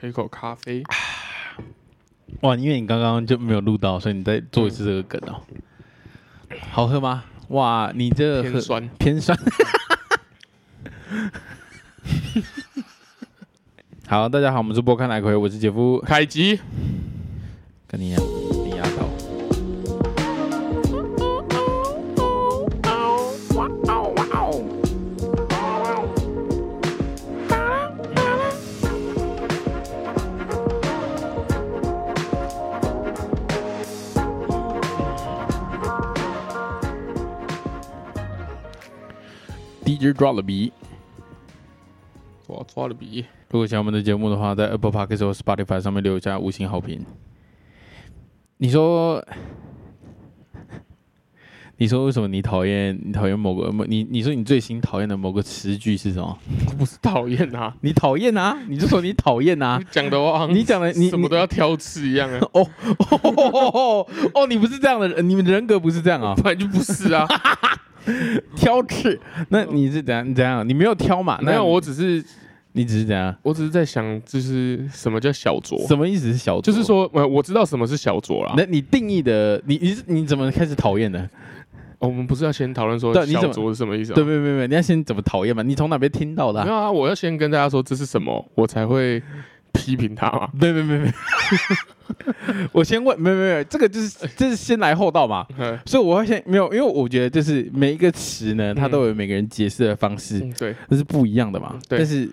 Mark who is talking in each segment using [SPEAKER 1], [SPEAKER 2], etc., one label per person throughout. [SPEAKER 1] 喝一口咖啡。
[SPEAKER 2] 哇，因为你刚刚就没有录到，所以你再做一次这个梗哦。好喝吗？哇，你这个喝
[SPEAKER 1] 偏酸，
[SPEAKER 2] 偏酸。 好，大家好，我们是波看来回，我是杰夫，
[SPEAKER 1] 凯吉，
[SPEAKER 2] 跟你一样，你丫头。DJ drop 了笔。
[SPEAKER 1] 我抓了笔，
[SPEAKER 2] 如果喜欢我们的节目的话，在 Apple Podcast 或 Spotify 上面留下五星好评。你说，你说为什么你讨厌你讨厌某个某你你说你最新讨厌的某个词句是什么？
[SPEAKER 1] 我不是讨厌他，
[SPEAKER 2] 你讨厌啊？你就说你讨厌啊
[SPEAKER 1] 你？讲的我好像
[SPEAKER 2] 你讲的你
[SPEAKER 1] 嗯什么都要挑刺一样啊，
[SPEAKER 2] 哦 哦哦哦哦哦！你不是这样的人，你们人格不是这样啊、
[SPEAKER 1] 本来就不是啊。
[SPEAKER 2] 挑刺？那你是怎样？你怎样？啊你没有挑嘛？
[SPEAKER 1] 没
[SPEAKER 2] 那
[SPEAKER 1] 有，我只是
[SPEAKER 2] 你只是怎样？啊
[SPEAKER 1] 我只是在想，就是什么叫小酌，
[SPEAKER 2] 什么意思是小酌？
[SPEAKER 1] 就是说，啊呃，我知道什么是小酌啦。
[SPEAKER 2] 那你定义的，你你是你怎么开始讨厌的？
[SPEAKER 1] 哦我们不是要先讨论说
[SPEAKER 2] 对你
[SPEAKER 1] 小
[SPEAKER 2] 怎么
[SPEAKER 1] 酌是什么意思啊？
[SPEAKER 2] 对，没有没有没有，你要先怎么讨厌嘛？你从哪边听到的、
[SPEAKER 1] 没
[SPEAKER 2] 啊？
[SPEAKER 1] 有啊，我要先跟大家说这是什么，我才会批评他 嘛。
[SPEAKER 2] 没有没有没有没有，我先问，没有没有没有，这个
[SPEAKER 1] 哎
[SPEAKER 2] 就是这是先来后到嘛。
[SPEAKER 1] 嗯
[SPEAKER 2] 所以我要先没有，因为我觉得就是每一个词呢，它都有每个人解释的方式，
[SPEAKER 1] 嗯对，
[SPEAKER 2] 这是不一样的嘛
[SPEAKER 1] 嗯。对
[SPEAKER 2] 但是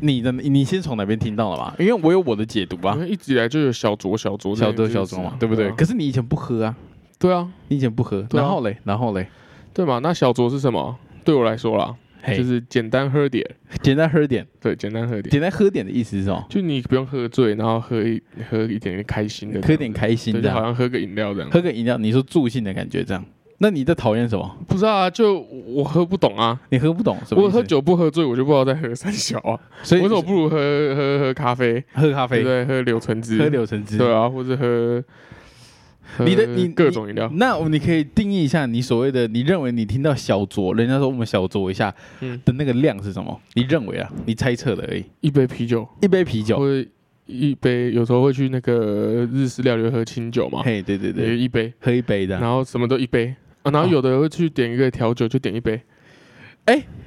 [SPEAKER 2] 你的你先从哪边听到了嘛？因为我有我的解读啊
[SPEAKER 1] 因，为一直以来就有小酌小酌
[SPEAKER 2] 小
[SPEAKER 1] 这
[SPEAKER 2] 酌
[SPEAKER 1] 件
[SPEAKER 2] 小
[SPEAKER 1] 事
[SPEAKER 2] 酌嘛
[SPEAKER 1] 啊，
[SPEAKER 2] 对不对？
[SPEAKER 1] 啊
[SPEAKER 2] 可是你以前不喝啊，
[SPEAKER 1] 对啊，
[SPEAKER 2] 你以前不喝，
[SPEAKER 1] 对啊
[SPEAKER 2] 然后嘞，然后嘞，
[SPEAKER 1] 对嘛？那小酌是什么？对我来说啦，就
[SPEAKER 2] 嘿，
[SPEAKER 1] 是简单喝点，
[SPEAKER 2] 简单喝点，
[SPEAKER 1] 对，简单喝点，
[SPEAKER 2] 简单喝点的意思是什么？
[SPEAKER 1] 就你不用喝醉，然后喝一喝一点点开心的这样子，
[SPEAKER 2] 喝点开心
[SPEAKER 1] 对，
[SPEAKER 2] 这
[SPEAKER 1] 就
[SPEAKER 2] 样
[SPEAKER 1] 好。像喝个饮料这样。
[SPEAKER 2] 喝个饮料，你说助兴的感觉这样。那你在讨厌什么？
[SPEAKER 1] 不是啊，就我喝不懂啊，
[SPEAKER 2] 你喝不懂什么？
[SPEAKER 1] 我喝，酒不喝醉，我就不知道在喝三小 啊。
[SPEAKER 2] 所以
[SPEAKER 1] 我怎么不如喝喝喝咖啡，
[SPEAKER 2] 喝咖
[SPEAKER 1] 对
[SPEAKER 2] 啡
[SPEAKER 1] 不，对？喝柳橙汁，
[SPEAKER 2] 喝柳橙汁？
[SPEAKER 1] 对啊，或者喝喝
[SPEAKER 2] 你的你
[SPEAKER 1] 各种饮料，
[SPEAKER 2] 那我你可以定义一下你所谓的，你认为你听到小酌，人家说我们小酌一下
[SPEAKER 1] 嗯
[SPEAKER 2] 的那个量是什么？你认为啊？你猜测的而已。
[SPEAKER 1] 一杯啤酒
[SPEAKER 2] 一杯啤酒，
[SPEAKER 1] 或者一杯，有时候会去那个日式料理喝清酒嘛，
[SPEAKER 2] 嘿，对对
[SPEAKER 1] 也
[SPEAKER 2] 对，
[SPEAKER 1] 一杯，
[SPEAKER 2] 喝一杯的。
[SPEAKER 1] 然后什么都一杯。啊、然后
[SPEAKER 2] 哦
[SPEAKER 1] 有的会去点一个调酒，就点一杯。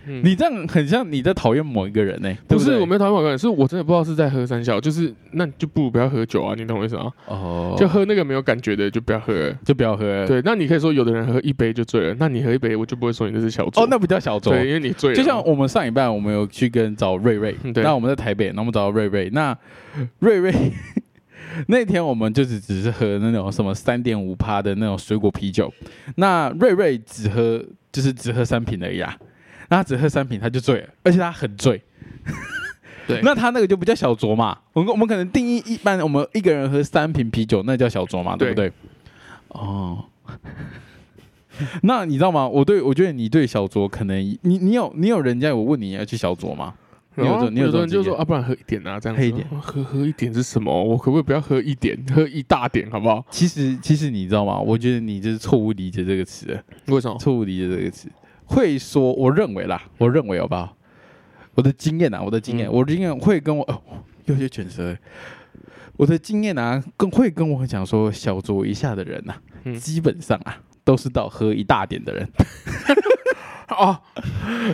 [SPEAKER 1] 嗯
[SPEAKER 2] 你这样很像你在讨厌某一个人呢、
[SPEAKER 1] 不
[SPEAKER 2] 对对
[SPEAKER 1] 是我没有讨厌某个人，是我真的不知道是在喝三小，就是那你就不如不要喝酒啊，你懂我意思啊？
[SPEAKER 2] 哦，
[SPEAKER 1] 就喝那个没有感觉的就不要喝了。
[SPEAKER 2] 就不要喝。
[SPEAKER 1] 对，那你可以说有的人喝一杯就醉了，那你喝一杯我就不会说你这是小酌。
[SPEAKER 2] 哦，那不叫小酌
[SPEAKER 1] 对，，因为你醉了。
[SPEAKER 2] 就像我们上一半，我们有去跟找瑞瑞，
[SPEAKER 1] 嗯对
[SPEAKER 2] 那我们在台北，那我们找到瑞瑞，那瑞 瑞那天我们就是只是喝那种什么三点五趴的那种水果啤酒，那瑞瑞只喝就是只喝三瓶而已啊，那他只喝三瓶他就醉了，而且他很醉。
[SPEAKER 1] 对
[SPEAKER 2] 那他那个就不叫小酌嘛，我们我们可能定义一般，我们一个人喝三瓶啤酒，那叫小酌嘛，对不对？哦， 那你知道吗？我对我觉得你对小酌可能你你有你有人家有问你要去小酌吗？你有
[SPEAKER 1] 然后
[SPEAKER 2] 这你有
[SPEAKER 1] 有
[SPEAKER 2] 这
[SPEAKER 1] 的人
[SPEAKER 2] 种
[SPEAKER 1] 就
[SPEAKER 2] 经
[SPEAKER 1] 说
[SPEAKER 2] 验
[SPEAKER 1] 啊，不然喝一点啊，这样子
[SPEAKER 2] 喝一点
[SPEAKER 1] 哦喝喝一点是什么？我可不可以不要喝一点，喝一大点好不好？
[SPEAKER 2] 其实其实你知道吗？我觉得你就是错误理解这个词了，
[SPEAKER 1] 为什么？
[SPEAKER 2] 错误理解这个词。会说，我认为啦，我认为好不好？我的经验啊，我的经验，
[SPEAKER 1] 嗯
[SPEAKER 2] 我的经验会跟我、哦、又有卷舌了。我的经验啊，更会跟我讲说，小酌一下的人呐、
[SPEAKER 1] 嗯
[SPEAKER 2] 基本上啊，都是到喝一大点的人，
[SPEAKER 1] 哦，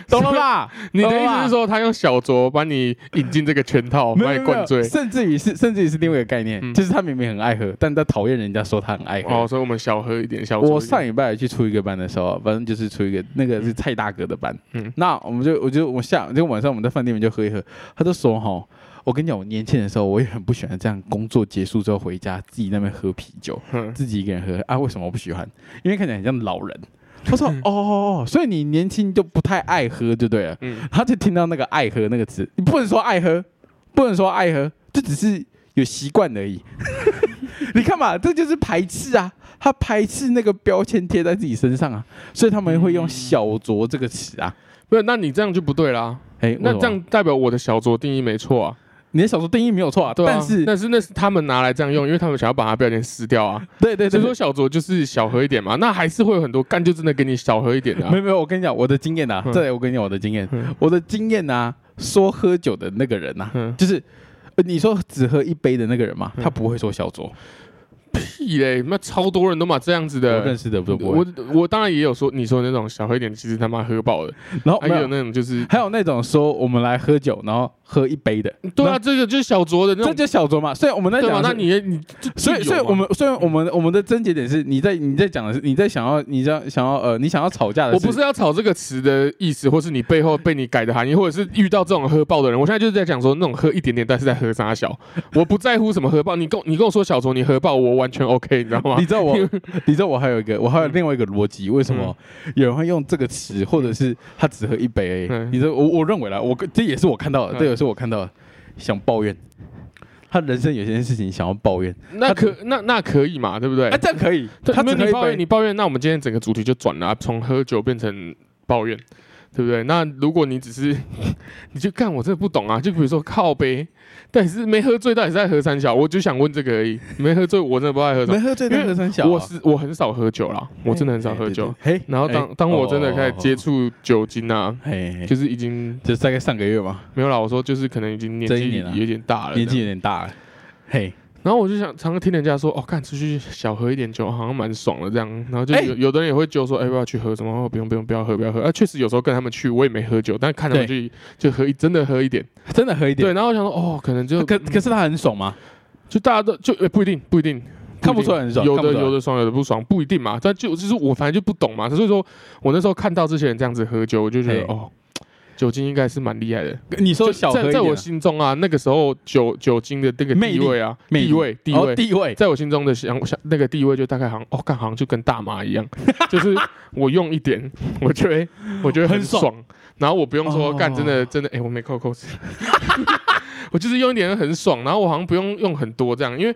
[SPEAKER 2] 懂了吧？
[SPEAKER 1] 你的
[SPEAKER 2] 懂
[SPEAKER 1] 意
[SPEAKER 2] 了吧
[SPEAKER 1] 思是说他用小酌把你引进这个圈套，
[SPEAKER 2] 哦没有
[SPEAKER 1] 把你灌醉
[SPEAKER 2] 没有没有？甚至于是甚至于是另外一个概念，
[SPEAKER 1] 嗯
[SPEAKER 2] 就是他明明很爱喝，但他讨厌人家说他很爱喝。
[SPEAKER 1] 哦，所以我们小喝一点，小酌一点
[SPEAKER 2] 我上礼拜去出一个班的时候，反正就是出一个那个是蔡大哥的班，
[SPEAKER 1] 嗯
[SPEAKER 2] 那我们就我就我下就晚上我们在饭店里面就喝一喝，他就说哈，我跟你讲，我年轻的时候我也很不喜欢这样，工作结束之后回家自己那边喝啤酒，
[SPEAKER 1] 嗯
[SPEAKER 2] 自己一个人喝啊，为什么我不喜欢？因为看起来很像老 人。他说哦哦哦，所以你年轻就不太爱喝，就对了。
[SPEAKER 1] 嗯
[SPEAKER 2] 他就听到那个“爱喝”那个词，你不能说爱喝，不能说爱喝，这只是有习惯而已。 你看嘛，这就是排斥啊，他排斥那个标签贴在自己身上啊，所以他们
[SPEAKER 1] 嗯
[SPEAKER 2] 会用“小酌”这个词啊。
[SPEAKER 1] 没有，那你这样就不对啦。
[SPEAKER 2] 哎、为
[SPEAKER 1] 那
[SPEAKER 2] 什么
[SPEAKER 1] 这样代表我的小酌定义没错啊，
[SPEAKER 2] 你的小酌定义没有错啊，
[SPEAKER 1] 对啊。
[SPEAKER 2] 但是
[SPEAKER 1] 但是那是他们拿来这样用，因为他们想要把它标签撕掉 啊。
[SPEAKER 2] 对对
[SPEAKER 1] 所
[SPEAKER 2] 对
[SPEAKER 1] 以说小酌就是小喝一点嘛，那还是会有很多干就真的给你小喝一点的、啊
[SPEAKER 2] 没。有没有，我跟你讲我的经验啊，
[SPEAKER 1] 嗯
[SPEAKER 2] 这里我跟你讲我的经验
[SPEAKER 1] 嗯，
[SPEAKER 2] 我的经验啊，说喝酒的那个人啊，
[SPEAKER 1] 嗯
[SPEAKER 2] 就是呃你说只喝一杯的那个人嘛，
[SPEAKER 1] 嗯
[SPEAKER 2] 他不会说小酌，
[SPEAKER 1] 屁嘞，那超多人都嘛这样子
[SPEAKER 2] 我认
[SPEAKER 1] 的。
[SPEAKER 2] 识的都不会
[SPEAKER 1] 我。我当然也有说你说的那种小黑脸，其实他妈喝爆了，
[SPEAKER 2] 然后
[SPEAKER 1] 还
[SPEAKER 2] 哦没
[SPEAKER 1] 有
[SPEAKER 2] 有，
[SPEAKER 1] 那种就是，
[SPEAKER 2] 还有那种说我们来喝酒，然后喝一杯的，
[SPEAKER 1] 对啊，这个就是小酌的那
[SPEAKER 2] 这
[SPEAKER 1] 种，
[SPEAKER 2] 就小酌嘛。所以我们在
[SPEAKER 1] 对吧？
[SPEAKER 2] 讲的
[SPEAKER 1] 那
[SPEAKER 2] 是，
[SPEAKER 1] 你也你，这
[SPEAKER 2] 所以
[SPEAKER 1] 这有
[SPEAKER 2] 所以
[SPEAKER 1] 吗
[SPEAKER 2] 我们所以我们我们的症结点是你在你在讲的是你在想要你在想要呃你想要吵架的，
[SPEAKER 1] 我不是要炒这个词的意思，或是你背后被你改的含义，或者是遇到这种喝爆的人，我现在就是在讲说那种喝一点点，但是在喝啥小，我不在乎什么喝爆，你跟我你跟我说小酌你喝爆，我完全 OK，你知道吗
[SPEAKER 2] 你？知道我，你知道我还有一个，我还有另外一个逻辑，为什么有人会用这个词，或者是他只喝一杯而已？
[SPEAKER 1] 嗯
[SPEAKER 2] 你知道我我认为啦，我这也是我看到
[SPEAKER 1] 嗯
[SPEAKER 2] 的，这也是我看到的，想抱怨，他人生有些事情想要抱怨，
[SPEAKER 1] 那可那那可以嘛，对不对？
[SPEAKER 2] 啊，这样可以，
[SPEAKER 1] 对
[SPEAKER 2] 他
[SPEAKER 1] 没
[SPEAKER 2] 只
[SPEAKER 1] 有你
[SPEAKER 2] 喝
[SPEAKER 1] 抱怨，
[SPEAKER 2] 一
[SPEAKER 1] 你
[SPEAKER 2] 杯，
[SPEAKER 1] 抱怨，那我们今天整个主题就转了啊、从喝酒变成抱怨，对不对？那如果你只是 你就干，我真的不懂啊。就比如说靠杯，但是没喝醉，到底是在喝三小？我就想问这个而已。没喝醉，我真的不知道在喝什么
[SPEAKER 2] 没。喝醉
[SPEAKER 1] 因为
[SPEAKER 2] 但喝三小啊，
[SPEAKER 1] 我是我很少喝酒啦，我真的很少喝酒。
[SPEAKER 2] 嘿，嘿，
[SPEAKER 1] 然后当
[SPEAKER 2] 哎
[SPEAKER 1] 当我真的开始接，触酒精啊，
[SPEAKER 2] 哦嘿，嘿嘿
[SPEAKER 1] 就是已经
[SPEAKER 2] 就大概上个月嘛，
[SPEAKER 1] 没有啦。我说就是可能已经年
[SPEAKER 2] 这一
[SPEAKER 1] 纪
[SPEAKER 2] 年啊
[SPEAKER 1] 有点大了，
[SPEAKER 2] 年纪有点大了，嘿，
[SPEAKER 1] 然后我就想，常常听人家说，哦，看出去小喝一点酒，好像蛮爽的这样。然后就
[SPEAKER 2] 哎
[SPEAKER 1] 有、有的人也会就说，哎、要不要去喝什么？哦，不用不用，不要喝，不要喝。啊，确实有时候跟他们去，我也没喝酒，但看他们去就喝一，真的喝一点。
[SPEAKER 2] 真的喝一点
[SPEAKER 1] 对，，然后我想说，哦，可能就
[SPEAKER 2] 可可是他很爽吗？
[SPEAKER 1] 就大家都就、哎不一定不一定。
[SPEAKER 2] 看不出来很爽
[SPEAKER 1] 有
[SPEAKER 2] 看不
[SPEAKER 1] 的
[SPEAKER 2] 出来
[SPEAKER 1] 有的爽，有的不爽，不一定嘛。但就就是我反正就不懂嘛，所以说我那时候看到这些人这样子喝酒，我就觉得
[SPEAKER 2] 嘿
[SPEAKER 1] 哦，酒精应该是蛮厉害的。
[SPEAKER 2] 你说小喝
[SPEAKER 1] 在
[SPEAKER 2] 一
[SPEAKER 1] 嗯在
[SPEAKER 2] 点
[SPEAKER 1] 我
[SPEAKER 2] 啊，
[SPEAKER 1] 心中啊，那个时候酒酒精的这个
[SPEAKER 2] 魅
[SPEAKER 1] 地
[SPEAKER 2] 力
[SPEAKER 1] 位啊，
[SPEAKER 2] 魅力
[SPEAKER 1] 地位地
[SPEAKER 2] 哦
[SPEAKER 1] 位
[SPEAKER 2] 地位，
[SPEAKER 1] 在我心中的想想那个地位，就大概好像哦，干好像就跟大麻一样， 就是我用一点，我觉得我觉得很
[SPEAKER 2] 哎很爽
[SPEAKER 1] 爽，然后我不用说
[SPEAKER 2] 哦
[SPEAKER 1] 干真的真的，哎、我没扣扣子， 我就是用一点很爽，然后我好像不用用很多这样，因为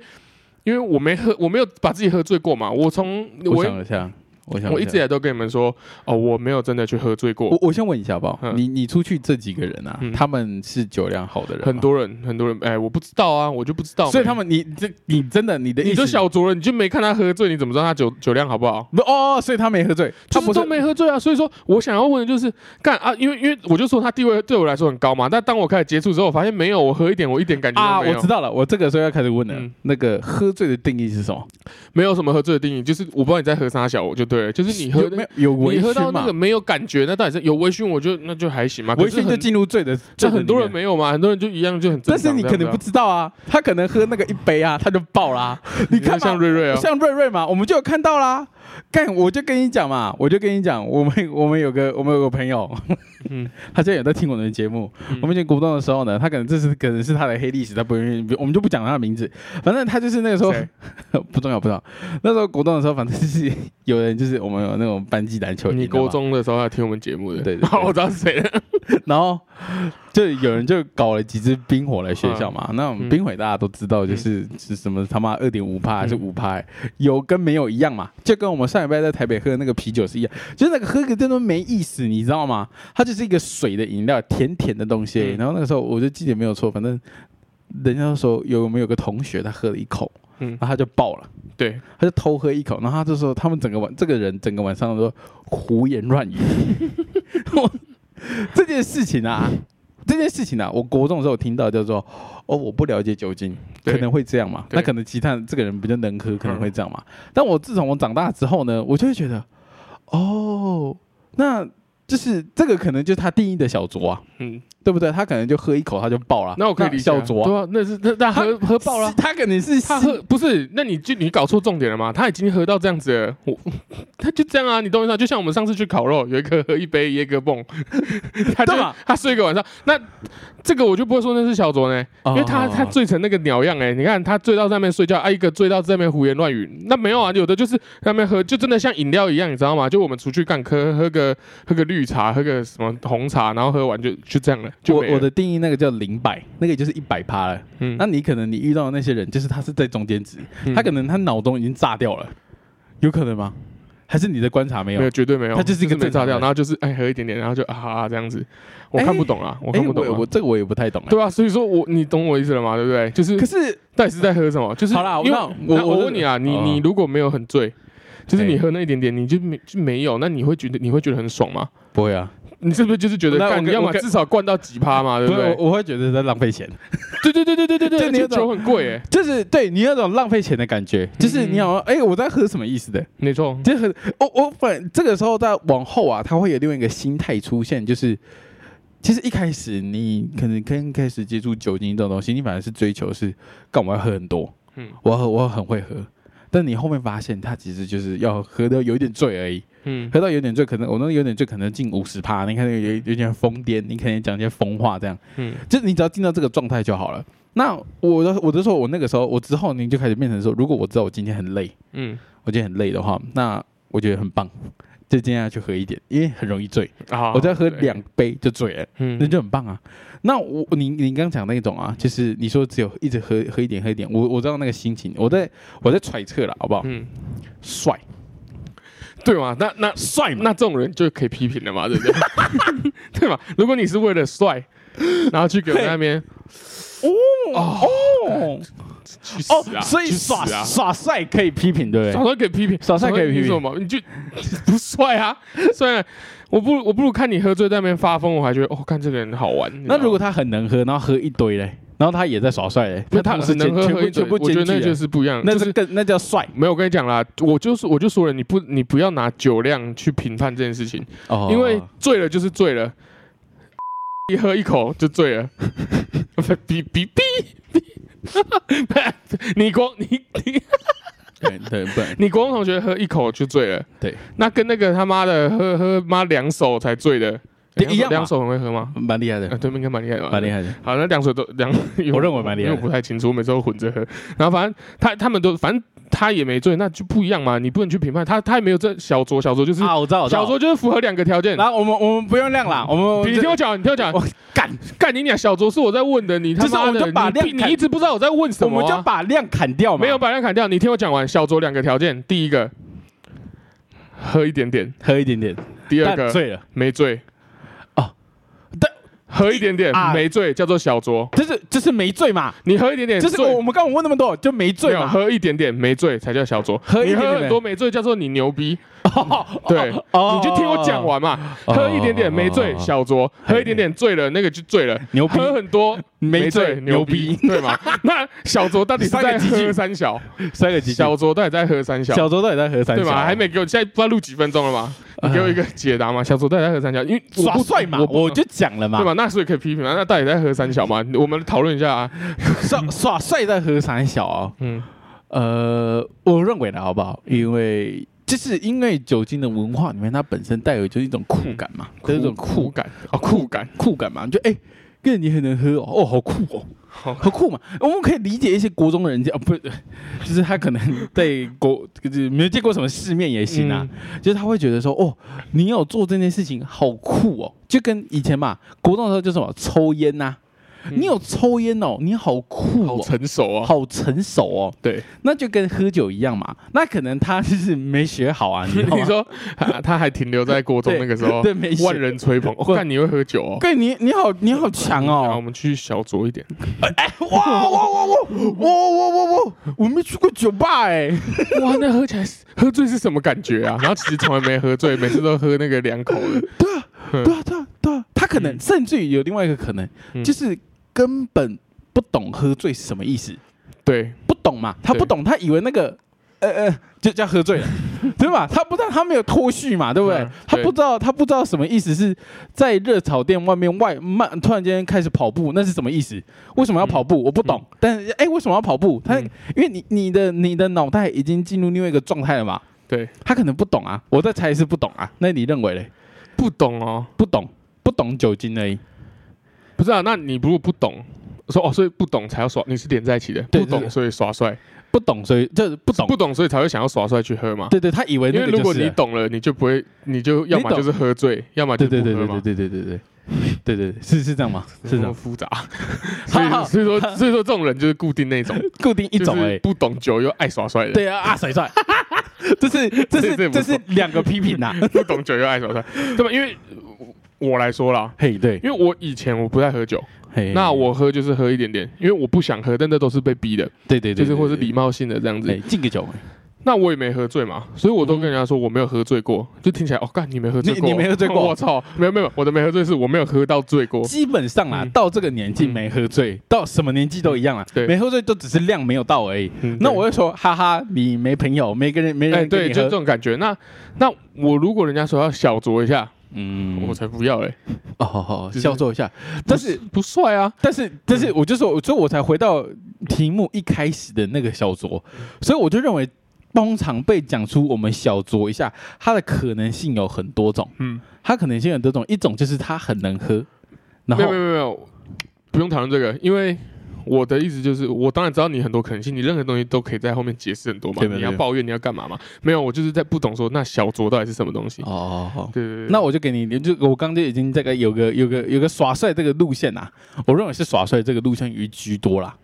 [SPEAKER 1] 因为我没喝，我没有把自己喝醉过嘛，我从
[SPEAKER 2] 我
[SPEAKER 1] 我
[SPEAKER 2] 想一下，我想
[SPEAKER 1] 我一
[SPEAKER 2] 下
[SPEAKER 1] 直以来都跟你们说哦，我没有真的去喝醉过
[SPEAKER 2] 我，我先问一下吧，
[SPEAKER 1] 嗯
[SPEAKER 2] 你你出去这几个人啊，
[SPEAKER 1] 嗯
[SPEAKER 2] 他们是酒量好的人吗，
[SPEAKER 1] 很多人很多人哎、我不知道啊，我就不知道嘛，
[SPEAKER 2] 所以他们你这你真的你的意思哦
[SPEAKER 1] 你都小酌了，你就没看他喝醉，你怎么知道他酒酒量好不好？
[SPEAKER 2] 不哦，所以他没喝醉，
[SPEAKER 1] 他
[SPEAKER 2] 他不
[SPEAKER 1] 不是都
[SPEAKER 2] 是
[SPEAKER 1] 没喝醉啊，所以说我想要问的就是，干啊，因为因为我就说他地位对我来说很高嘛，但当我开始接触之后，我发现没有，我喝一点我一点感觉
[SPEAKER 2] 啊，
[SPEAKER 1] 都没
[SPEAKER 2] 我
[SPEAKER 1] 有，
[SPEAKER 2] 知道了，我这个时候要开始问了，
[SPEAKER 1] 嗯
[SPEAKER 2] 那个喝醉的定义是什么？
[SPEAKER 1] 没有什么喝醉的定义，就是我不知道你在喝啥小，我就对了，就是你喝
[SPEAKER 2] 有没有有微
[SPEAKER 1] 你喝到
[SPEAKER 2] 醺
[SPEAKER 1] 那
[SPEAKER 2] 嘛
[SPEAKER 1] 个？没有感觉，那到底是有微醺，我就那就还行嘛，
[SPEAKER 2] 微
[SPEAKER 1] 可是
[SPEAKER 2] 醺
[SPEAKER 1] 很
[SPEAKER 2] 就进入醉的，
[SPEAKER 1] 这
[SPEAKER 2] 醉的
[SPEAKER 1] 很多人
[SPEAKER 2] 里面。
[SPEAKER 1] 没有嘛，很多人就一样就很正常
[SPEAKER 2] 但
[SPEAKER 1] 这
[SPEAKER 2] 是
[SPEAKER 1] 样
[SPEAKER 2] 你
[SPEAKER 1] 子啊，
[SPEAKER 2] 可能不知道啊，他可能喝那个一杯啊，他就 爆啦。你看嘛
[SPEAKER 1] 像瑞瑞啊，
[SPEAKER 2] 像瑞瑞嘛，我们就有看到啦。干，我就跟你讲嘛，我就跟你讲，我们我们有个我们有个朋友，
[SPEAKER 1] 嗯
[SPEAKER 2] 他现在有在听我们的节目。
[SPEAKER 1] 嗯
[SPEAKER 2] 我们以前国中的时候呢，他可能这是可能是他的黑历史，他不愿意，我们就不讲他的名字。反正他就是那个时候
[SPEAKER 1] 谁
[SPEAKER 2] 不重要，不重要。那时候国中的时候，反正就是有人就是我们有那种班级篮球，
[SPEAKER 1] 你
[SPEAKER 2] 知道吗
[SPEAKER 1] 国，中的时候还听我们节目的，
[SPEAKER 2] 对对 对
[SPEAKER 1] 我知道是谁了，
[SPEAKER 2] 然后就有人就搞了几支冰火来学校嘛。那我们
[SPEAKER 1] 嗯
[SPEAKER 2] 冰火大家都知道，就是是什么他妈二点五趴还是
[SPEAKER 1] 嗯
[SPEAKER 2] 五趴，有跟没有一样嘛，就跟我们上礼拜在台北喝的那个啤酒是一样，就是那个喝个真的没意思，你知道吗？它就是一个水的饮料，甜甜的东西而已。
[SPEAKER 1] 嗯
[SPEAKER 2] 然后那个时候我就记得没有错，反正人家都说有我们有个同学他喝了一口，
[SPEAKER 1] 嗯
[SPEAKER 2] 然后他就爆了。
[SPEAKER 1] 对，
[SPEAKER 2] 他就偷喝一口，然后他就说他们整个晚这个人整个晚上都胡言乱语。 我这件事情啊，这件事情啊，我国中的时候听到叫做哦，我不了解酒精，
[SPEAKER 1] 对
[SPEAKER 2] 可能会这样嘛。
[SPEAKER 1] 对嗯
[SPEAKER 2] 那可能其他这个人比较能喝，可能会这样嘛。但我自从我长大之后呢，我就会觉得哦，那就是这个可能就是他定义的小酌啊，
[SPEAKER 1] 嗯，
[SPEAKER 2] 对不对？他可能就喝一口他就爆了，
[SPEAKER 1] 那我可以理解啊，
[SPEAKER 2] 小酌啊
[SPEAKER 1] 对啊，那是那那喝喝爆了啊
[SPEAKER 2] 是。他可能 是
[SPEAKER 1] 他喝不是？那你就你搞错重点了嘛？他已经喝到这样子了，我他就这样啊，你懂我意思吗？就像我们上次去烤肉，有一个喝一杯椰哥蹦， 他就
[SPEAKER 2] 对嘛
[SPEAKER 1] 他睡一个晚上，那这个我就不会说那是小酌呢，因为他
[SPEAKER 2] 哦
[SPEAKER 1] 他醉成那个鸟样哎、你看他醉到在那边睡觉，啊一个醉到在那边胡言乱语，那没有啊，有的就是在那边喝，就真的像饮料一样，你知道吗？就我们出去干喝喝个喝个绿茶，喝个什么红茶，然后喝完就就这样了，就
[SPEAKER 2] 我
[SPEAKER 1] 没了
[SPEAKER 2] 我的定义那个叫零百，那个也就是一百趴了。
[SPEAKER 1] 嗯
[SPEAKER 2] 那你可能你遇到的那些人，就是他是在中间值，
[SPEAKER 1] 嗯
[SPEAKER 2] 他可能他脑中已经炸掉了，有可能吗？还是你的观察没有？
[SPEAKER 1] 没有，绝对没有，
[SPEAKER 2] 它就是一个
[SPEAKER 1] 被
[SPEAKER 2] 正常
[SPEAKER 1] 炸掉，
[SPEAKER 2] 人
[SPEAKER 1] 然后就是哎喝一点点，然后就啊啊啊这样子，我
[SPEAKER 2] 哎
[SPEAKER 1] 看不懂啊，我
[SPEAKER 2] 哎
[SPEAKER 1] 看不懂
[SPEAKER 2] 我我
[SPEAKER 1] 啊，
[SPEAKER 2] 这个我也不太懂、哎。
[SPEAKER 1] 对啊，所以说我你懂我意思了吗？对不对？就是
[SPEAKER 2] 可是
[SPEAKER 1] 到底是在喝什么？就是
[SPEAKER 2] 好啦
[SPEAKER 1] 因为
[SPEAKER 2] 那我
[SPEAKER 1] 那
[SPEAKER 2] 我
[SPEAKER 1] 我问你啊，你
[SPEAKER 2] 哦
[SPEAKER 1] 你如果没有很醉，就是
[SPEAKER 2] 哎
[SPEAKER 1] 你喝那一点点，你就没就没有，那你会觉得你会觉得很爽吗？
[SPEAKER 2] 不会啊，
[SPEAKER 1] 你是不是就是觉得
[SPEAKER 2] 那我
[SPEAKER 1] 干你
[SPEAKER 2] 跟
[SPEAKER 1] 要
[SPEAKER 2] 我
[SPEAKER 1] 么
[SPEAKER 2] 跟
[SPEAKER 1] 至少灌到几趴嘛，对
[SPEAKER 2] 不
[SPEAKER 1] 不
[SPEAKER 2] 是
[SPEAKER 1] 对？
[SPEAKER 2] 我我会觉得在浪费钱，
[SPEAKER 1] 对对对对对对对，
[SPEAKER 2] 这
[SPEAKER 1] 而
[SPEAKER 2] 你
[SPEAKER 1] 且
[SPEAKER 2] 有懂
[SPEAKER 1] 酒很贵哎，
[SPEAKER 2] 就是对你有种浪费钱的感觉，就是
[SPEAKER 1] 嗯
[SPEAKER 2] 你好像哎、我在喝什么意思的？
[SPEAKER 1] 没 错，
[SPEAKER 2] 这很我我反这个时候再往后啊，他会有另外一个心态出现，就是其实一开始你可能刚开始接触酒精这种东西，你反而是追求是干嘛要喝很多，嗯
[SPEAKER 1] 嗯，
[SPEAKER 2] 我要喝我要很会喝。但你后面发现，他其实就是要喝到有一点醉而已，
[SPEAKER 1] 嗯，
[SPEAKER 2] 喝到有点醉，可能我那有点醉，可能近五十趴，你看有有有点疯癫，你可能讲一些疯话这样，
[SPEAKER 1] 嗯
[SPEAKER 2] 就是你只要进到这个状态就好了。那我的我的时候，我那个时候我之后你就开始变成说，如果我知道我今天很累，
[SPEAKER 1] 嗯
[SPEAKER 2] 我今天很累的话，那我觉得很棒，就今天要去喝一点，因为很容易醉。
[SPEAKER 1] 啊
[SPEAKER 2] 我再喝，
[SPEAKER 1] 对
[SPEAKER 2] 两杯就醉了，
[SPEAKER 1] 嗯
[SPEAKER 2] 那就很棒啊。那我你你刚讲那种啊，就是你说只有一直喝喝一点喝一点，我我知道那个心情，我在我在揣测了，好不好？
[SPEAKER 1] 嗯，
[SPEAKER 2] 帅
[SPEAKER 1] 对嘛？那那
[SPEAKER 2] 帅嘛，
[SPEAKER 1] 那这种人就可以批评了嘛，对不对？对 嘛？如果你是为了帅，然后去给我在那边
[SPEAKER 2] 哦 哦
[SPEAKER 1] 去死
[SPEAKER 2] 哦，
[SPEAKER 1] 啊，
[SPEAKER 2] 所以
[SPEAKER 1] 去死
[SPEAKER 2] 耍
[SPEAKER 1] 啊，
[SPEAKER 2] 耍帅可以批评，对不
[SPEAKER 1] 耍
[SPEAKER 2] 对？
[SPEAKER 1] 帅可以批评，
[SPEAKER 2] 耍帅可以批评
[SPEAKER 1] 什么？你就不帅啊？虽然我不我不如看你喝醉在那边发疯，我还觉得哦，看这个人好玩。
[SPEAKER 2] 那如果他很能喝，然后喝一堆嘞，然后他也在耍帅嘞，
[SPEAKER 1] 那他
[SPEAKER 2] 同时
[SPEAKER 1] 很能
[SPEAKER 2] 兼
[SPEAKER 1] 喝喝
[SPEAKER 2] 全部
[SPEAKER 1] 一
[SPEAKER 2] 全
[SPEAKER 1] 嘴，
[SPEAKER 2] 部
[SPEAKER 1] 我觉
[SPEAKER 2] 兼
[SPEAKER 1] 得那
[SPEAKER 2] 具
[SPEAKER 1] 就
[SPEAKER 2] 了，
[SPEAKER 1] 是不一样，
[SPEAKER 2] 那
[SPEAKER 1] 就是
[SPEAKER 2] 更那叫帅
[SPEAKER 1] 没有，我跟你讲啦，我就是我就说了，你不你不要拿酒量去评判这件事情，
[SPEAKER 2] 哦
[SPEAKER 1] 因为醉了就是醉了， 一喝一口就醉了， 哔哔哔哔， 你光你你
[SPEAKER 2] 对对不然
[SPEAKER 1] 你光同学喝一口就醉了，
[SPEAKER 2] 对，
[SPEAKER 1] 那跟那个他妈的喝喝妈两手才醉的
[SPEAKER 2] 对一样嘛
[SPEAKER 1] 两手很会喝吗？
[SPEAKER 2] 蛮厉害
[SPEAKER 1] 啊，
[SPEAKER 2] 的，
[SPEAKER 1] 对面应该蛮厉害的吧，
[SPEAKER 2] 蛮厉害的。
[SPEAKER 1] 好，那两水都两，
[SPEAKER 2] 我认为蛮厉
[SPEAKER 1] 因
[SPEAKER 2] 害的
[SPEAKER 1] 为我不太清楚，我每次都混着喝。然后反正他他们都，反正他也没醉，那就不一样嘛。你不能去评判他，他也没有这小酌，小酌就是、
[SPEAKER 2] 啊，我知道，我知
[SPEAKER 1] 小嗯
[SPEAKER 2] 道。
[SPEAKER 1] 酌就是符合两个条件。
[SPEAKER 2] 然后我们我们不用量啦，我们
[SPEAKER 1] 你听我讲，你听我讲，
[SPEAKER 2] 哦我干，
[SPEAKER 1] 干你俩小酌是我在问的，你他妈
[SPEAKER 2] 就是我
[SPEAKER 1] 的，
[SPEAKER 2] 就把
[SPEAKER 1] 你
[SPEAKER 2] 量
[SPEAKER 1] 你一直不知道我在问什
[SPEAKER 2] 我
[SPEAKER 1] 么、
[SPEAKER 2] 们就
[SPEAKER 1] 啊。
[SPEAKER 2] 把量砍掉嘛。
[SPEAKER 1] 没有把人砍掉，你听我讲完。小酌两个条件，第一个喝一点点，
[SPEAKER 2] 喝一点点，
[SPEAKER 1] 第二
[SPEAKER 2] 但
[SPEAKER 1] 个
[SPEAKER 2] 醉了，
[SPEAKER 1] 没醉
[SPEAKER 2] 哦。但
[SPEAKER 1] 喝一点点
[SPEAKER 2] 啊
[SPEAKER 1] 没醉叫做小酌，
[SPEAKER 2] 这是这是没醉嘛？
[SPEAKER 1] 你喝一点点
[SPEAKER 2] 就是
[SPEAKER 1] 哎醉
[SPEAKER 2] 我我们刚刚问那么多，就没醉
[SPEAKER 1] 没有
[SPEAKER 2] 嘛？
[SPEAKER 1] 喝一点点没醉才叫小酌，
[SPEAKER 2] 喝一点
[SPEAKER 1] 你
[SPEAKER 2] 点
[SPEAKER 1] 喝很多没醉叫做你牛逼，对，
[SPEAKER 2] 哦
[SPEAKER 1] 你就听我讲，完嘛，
[SPEAKER 2] 哦
[SPEAKER 1] 喝一点点没醉
[SPEAKER 2] 哦
[SPEAKER 1] 小酌，喝一点点醉了那个就醉了，
[SPEAKER 2] 牛逼
[SPEAKER 1] 喝很多
[SPEAKER 2] 没
[SPEAKER 1] 醉
[SPEAKER 2] 醉
[SPEAKER 1] 牛逼，，对 吗？那小酌到底是
[SPEAKER 2] 三
[SPEAKER 1] 在
[SPEAKER 2] 个极
[SPEAKER 1] 喝
[SPEAKER 2] 致
[SPEAKER 1] 三小，
[SPEAKER 2] 三个极小
[SPEAKER 1] 小酌到底在喝三小，
[SPEAKER 2] 小周到底在喝三
[SPEAKER 1] 对
[SPEAKER 2] 小？
[SPEAKER 1] 吗？还没给我，现在不知道录几分钟了嘛？你给我一个解答嘛？小酌到底在喝三小，因为我
[SPEAKER 2] 耍
[SPEAKER 1] 不
[SPEAKER 2] 帅嘛？
[SPEAKER 1] 我不
[SPEAKER 2] 我就讲了嘛
[SPEAKER 1] 对，吧？那所以可以批评啊，那到底在喝三小嘛？我们讨论一下啊，
[SPEAKER 2] 耍耍帅在喝三小啊。
[SPEAKER 1] 嗯，
[SPEAKER 2] 呃，我认为的好不好？因为就是因为酒精的文化里面，它本身带有就是一种酷感嘛，就是一种酷
[SPEAKER 1] 感啊，嗯酷感，
[SPEAKER 2] 酷感嘛，你就哎，跟、你很能喝哦，哦，好酷哦，
[SPEAKER 1] 好
[SPEAKER 2] 好酷嘛！我们可以理解一些国中的人家，哦、不， 就是他可能在国就是没有见过什么世面也行啊，
[SPEAKER 1] 嗯
[SPEAKER 2] 就是他会觉得说，哦，你有做这件事情好酷哦，就跟以前嘛，国中的时候就什么抽烟呐、
[SPEAKER 1] 嗯
[SPEAKER 2] 你有抽烟哦，你好酷
[SPEAKER 1] 好
[SPEAKER 2] 哦。
[SPEAKER 1] 成熟啊，
[SPEAKER 2] 好成熟哦，
[SPEAKER 1] 对，
[SPEAKER 2] 那就跟喝酒一样嘛。那可能他就是没学好啊，你知道
[SPEAKER 1] 你
[SPEAKER 2] 吗？
[SPEAKER 1] 说啊他还停留在国中那个时候，
[SPEAKER 2] 对，没学
[SPEAKER 1] 万。人吹捧，我
[SPEAKER 2] 对
[SPEAKER 1] 看你会喝酒哦。
[SPEAKER 2] 对你，你好，你好强
[SPEAKER 1] 然后
[SPEAKER 2] 哦
[SPEAKER 1] 我！们去小酌一点，
[SPEAKER 2] 哇哇哇哇哇哇哇哇！我没去过酒吧哎、
[SPEAKER 1] 哇，那喝起来是喝醉是什么感觉啊？然后其实从来没喝醉，每次都喝那个两口的。
[SPEAKER 2] 对啊，
[SPEAKER 1] 嗯
[SPEAKER 2] 对啊，对啊，对啊，他可能、
[SPEAKER 1] 嗯
[SPEAKER 2] 甚至于有另外一个可能，
[SPEAKER 1] 嗯
[SPEAKER 2] 就是根本不懂喝醉是什么意思，
[SPEAKER 1] 对，
[SPEAKER 2] 不懂嘛，他
[SPEAKER 1] 对
[SPEAKER 2] 不懂，他以为那个呃呃就叫 喝醉了，对吧？他不知道他没有脱序嘛，对不对？
[SPEAKER 1] 嗯
[SPEAKER 2] 他
[SPEAKER 1] 对
[SPEAKER 2] 不知道他不知道什么意思是在热炒店外面外慢突然间开始跑步，那是什么意思？为什么要跑步？我不懂。但是哎，为什么要跑步？他、
[SPEAKER 1] 嗯
[SPEAKER 2] 因为你你的你的脑袋已经进入另外一个状态了嘛，
[SPEAKER 1] 对，
[SPEAKER 2] 他可能不懂啊，我在猜是不懂啊，那你认为嘞？
[SPEAKER 1] 不懂哦，
[SPEAKER 2] 不懂，不懂酒精而已。
[SPEAKER 1] 不是啊？那你如果不懂，说哦，所以不懂才要耍，你是连在一起的，
[SPEAKER 2] 对
[SPEAKER 1] 不懂
[SPEAKER 2] 对
[SPEAKER 1] 所以耍帅，
[SPEAKER 2] 不懂，所以就是不懂。
[SPEAKER 1] 不懂所以才会想要耍帅去喝嘛。
[SPEAKER 2] 对对，他以为
[SPEAKER 1] 因为
[SPEAKER 2] 那个
[SPEAKER 1] 如
[SPEAKER 2] 就
[SPEAKER 1] 果
[SPEAKER 2] 是
[SPEAKER 1] 你
[SPEAKER 2] 了。
[SPEAKER 1] 懂了，你就不会，你就要么
[SPEAKER 2] 你懂
[SPEAKER 1] 就是喝醉，要么就
[SPEAKER 2] 啊对
[SPEAKER 1] 是不
[SPEAKER 2] 对
[SPEAKER 1] 喝
[SPEAKER 2] 对
[SPEAKER 1] 嘛。
[SPEAKER 2] 对对对对对对对对对，是是这 样吗？是
[SPEAKER 1] 这
[SPEAKER 2] 这
[SPEAKER 1] 么
[SPEAKER 2] 样，
[SPEAKER 1] 复 杂，所以所以说所以说这种人就是固定那种，
[SPEAKER 2] 固定 一种
[SPEAKER 1] 就
[SPEAKER 2] 而
[SPEAKER 1] 是
[SPEAKER 2] 已。
[SPEAKER 1] 不懂酒又爱耍帅的。
[SPEAKER 2] 对啊，啊谁帅？ 这是
[SPEAKER 1] 这这
[SPEAKER 2] 这是
[SPEAKER 1] 不错
[SPEAKER 2] 这是两个批评呐。啊
[SPEAKER 1] 不懂酒又爱耍帅， 对吧？因为我我来说啦，
[SPEAKER 2] 嘿，对，
[SPEAKER 1] 因为我以前我不太喝酒，
[SPEAKER 2] 嘿
[SPEAKER 1] 那我喝就是喝一点点，因为我不想喝，但那都是被逼的，
[SPEAKER 2] 对对
[SPEAKER 1] 就
[SPEAKER 2] 对，
[SPEAKER 1] 是或是
[SPEAKER 2] 对
[SPEAKER 1] 礼貌性的这样子
[SPEAKER 2] 哎。敬个酒，
[SPEAKER 1] 那我也没喝醉嘛，所以我都跟人家说我没有喝醉过，就听起来哦，干你没喝醉过，
[SPEAKER 2] 嗯你你没喝醉过
[SPEAKER 1] 我操，没有没有，我的没喝醉是我没有喝到醉过，
[SPEAKER 2] 基本上啊，
[SPEAKER 1] 嗯
[SPEAKER 2] 到这个年纪
[SPEAKER 1] 嗯
[SPEAKER 2] 没喝醉，到什么年纪都一样啊。
[SPEAKER 1] 对
[SPEAKER 2] 没喝醉就只是量没有到而已。
[SPEAKER 1] 嗯
[SPEAKER 2] 那
[SPEAKER 1] 对
[SPEAKER 2] 我会说，哈哈，你没朋友，没跟人，
[SPEAKER 1] 哎、
[SPEAKER 2] 没人跟
[SPEAKER 1] 对，
[SPEAKER 2] 你
[SPEAKER 1] 就这
[SPEAKER 2] 喝。
[SPEAKER 1] 种感觉。那那我如果人家说要小酌一下，
[SPEAKER 2] 嗯，
[SPEAKER 1] 我才不要嘞、
[SPEAKER 2] 哦，好好，
[SPEAKER 1] 就是
[SPEAKER 2] 笑作一下。但是，
[SPEAKER 1] 不帅啊，
[SPEAKER 2] 但是，但是，我就说，所以我才回到题目一开始的那个小酌，
[SPEAKER 1] 嗯
[SPEAKER 2] 所以我就认为，通常被讲出我们小酌一下，它的可能性有很多种，
[SPEAKER 1] 嗯，
[SPEAKER 2] 它可能性有很多种，一种就是它很能喝，然
[SPEAKER 1] 没有没
[SPEAKER 2] 后
[SPEAKER 1] 有没有没有，不用讨论这个，因为我的意思就是，我当然知道你很多可能性，你任何东西都可以在后面解释很多嘛，
[SPEAKER 2] 对对
[SPEAKER 1] 你要
[SPEAKER 2] 对
[SPEAKER 1] 抱怨你要干嘛嘛，没有，我就是在不懂说那小酌到底是什么东西，
[SPEAKER 2] 哦，好
[SPEAKER 1] 对对对，
[SPEAKER 2] 那我就给你，就我刚就已经这个有个有个有个耍帅这个路线啊，我认为是耍帅这个路线居居多啦，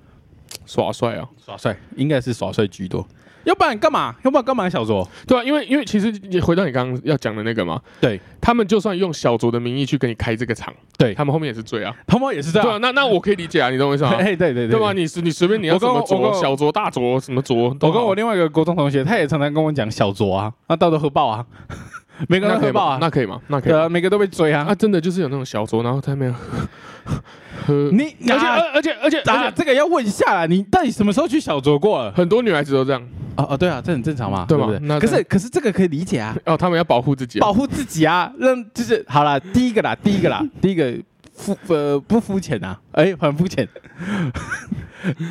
[SPEAKER 1] 耍帅啊，
[SPEAKER 2] 耍帅应该是耍帅居多，要不然干嘛？要不然干嘛小酌？
[SPEAKER 1] 对啊，因为因为其实也回到你刚刚要讲的那个嘛，
[SPEAKER 2] 对，
[SPEAKER 1] 他们就算用小酌的名义去跟你开这个场，
[SPEAKER 2] 对
[SPEAKER 1] 他们后面也是醉啊，
[SPEAKER 2] 他们也是这
[SPEAKER 1] 对
[SPEAKER 2] 样
[SPEAKER 1] 啊，，那那我可以理解啊，你懂我意思吗？
[SPEAKER 2] 哎，对对
[SPEAKER 1] 对吧？
[SPEAKER 2] 吧？
[SPEAKER 1] 你你随便你要
[SPEAKER 2] 我
[SPEAKER 1] 怎
[SPEAKER 2] 跟
[SPEAKER 1] 么
[SPEAKER 2] 我我跟
[SPEAKER 1] 酌，
[SPEAKER 2] 我
[SPEAKER 1] 小酌、大酌、什么酌，都
[SPEAKER 2] 我跟
[SPEAKER 1] 好
[SPEAKER 2] 我另外一个高中同学，他也常常跟我讲小酌啊，那到都喝爆啊， 每个
[SPEAKER 1] 那
[SPEAKER 2] 人都
[SPEAKER 1] 可以
[SPEAKER 2] 喝爆
[SPEAKER 1] 吗？
[SPEAKER 2] 啊，
[SPEAKER 1] 那可以吗？那可以
[SPEAKER 2] 对
[SPEAKER 1] 吗。
[SPEAKER 2] 啊，每个都被追啊
[SPEAKER 1] 啊，。真的就是有那种小酌，然后在那边喝喝，
[SPEAKER 2] 你
[SPEAKER 1] 而且而而且而且
[SPEAKER 2] 啊，
[SPEAKER 1] 而且
[SPEAKER 2] 这个要问一下啦，你到底什么时候去小酌过了？
[SPEAKER 1] 很多女孩子都这样
[SPEAKER 2] 哦哦，对啊，这很正常嘛，
[SPEAKER 1] 对吧
[SPEAKER 2] 不
[SPEAKER 1] 那
[SPEAKER 2] 对？可是可是这个可以理解啊，
[SPEAKER 1] 哦，他们要保护自己啊，
[SPEAKER 2] 保护自己啊，让就是好啦，第一个啦，第一个 啦，第一个肤呃不肤浅啊，哎、很肤浅，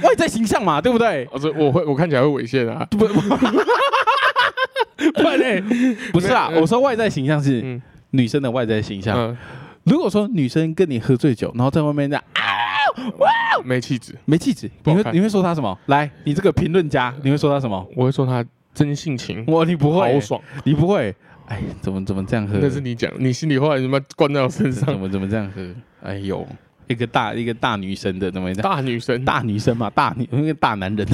[SPEAKER 2] 外在形象嘛，对不对？
[SPEAKER 1] 哦这我会我看起来会猥亵啊，
[SPEAKER 2] 不不，不然嘞不是啊，
[SPEAKER 1] 没有
[SPEAKER 2] 我说外在形象是
[SPEAKER 1] 嗯
[SPEAKER 2] 女生的外在形象。
[SPEAKER 1] 嗯，
[SPEAKER 2] 如果说女生跟你喝醉酒，然后在外面这样啊
[SPEAKER 1] 呃没气质，
[SPEAKER 2] 没气质，
[SPEAKER 1] 不
[SPEAKER 2] 你
[SPEAKER 1] 好
[SPEAKER 2] 会
[SPEAKER 1] 看
[SPEAKER 2] 你会说她什么？来，你这个评论家，你会说她什么？
[SPEAKER 1] 我会说他真性情，
[SPEAKER 2] 我你不会
[SPEAKER 1] 豪，嗯爽，
[SPEAKER 2] 你不会，哎，怎么怎么这样喝？
[SPEAKER 1] 那是你讲，你心里话你他妈灌在我身
[SPEAKER 2] 怎
[SPEAKER 1] 上，
[SPEAKER 2] 么怎么这样喝？哎呦，一个大一个大女生的怎么会这样？
[SPEAKER 1] 大女生，
[SPEAKER 2] 大女生嘛，大女一个大男人，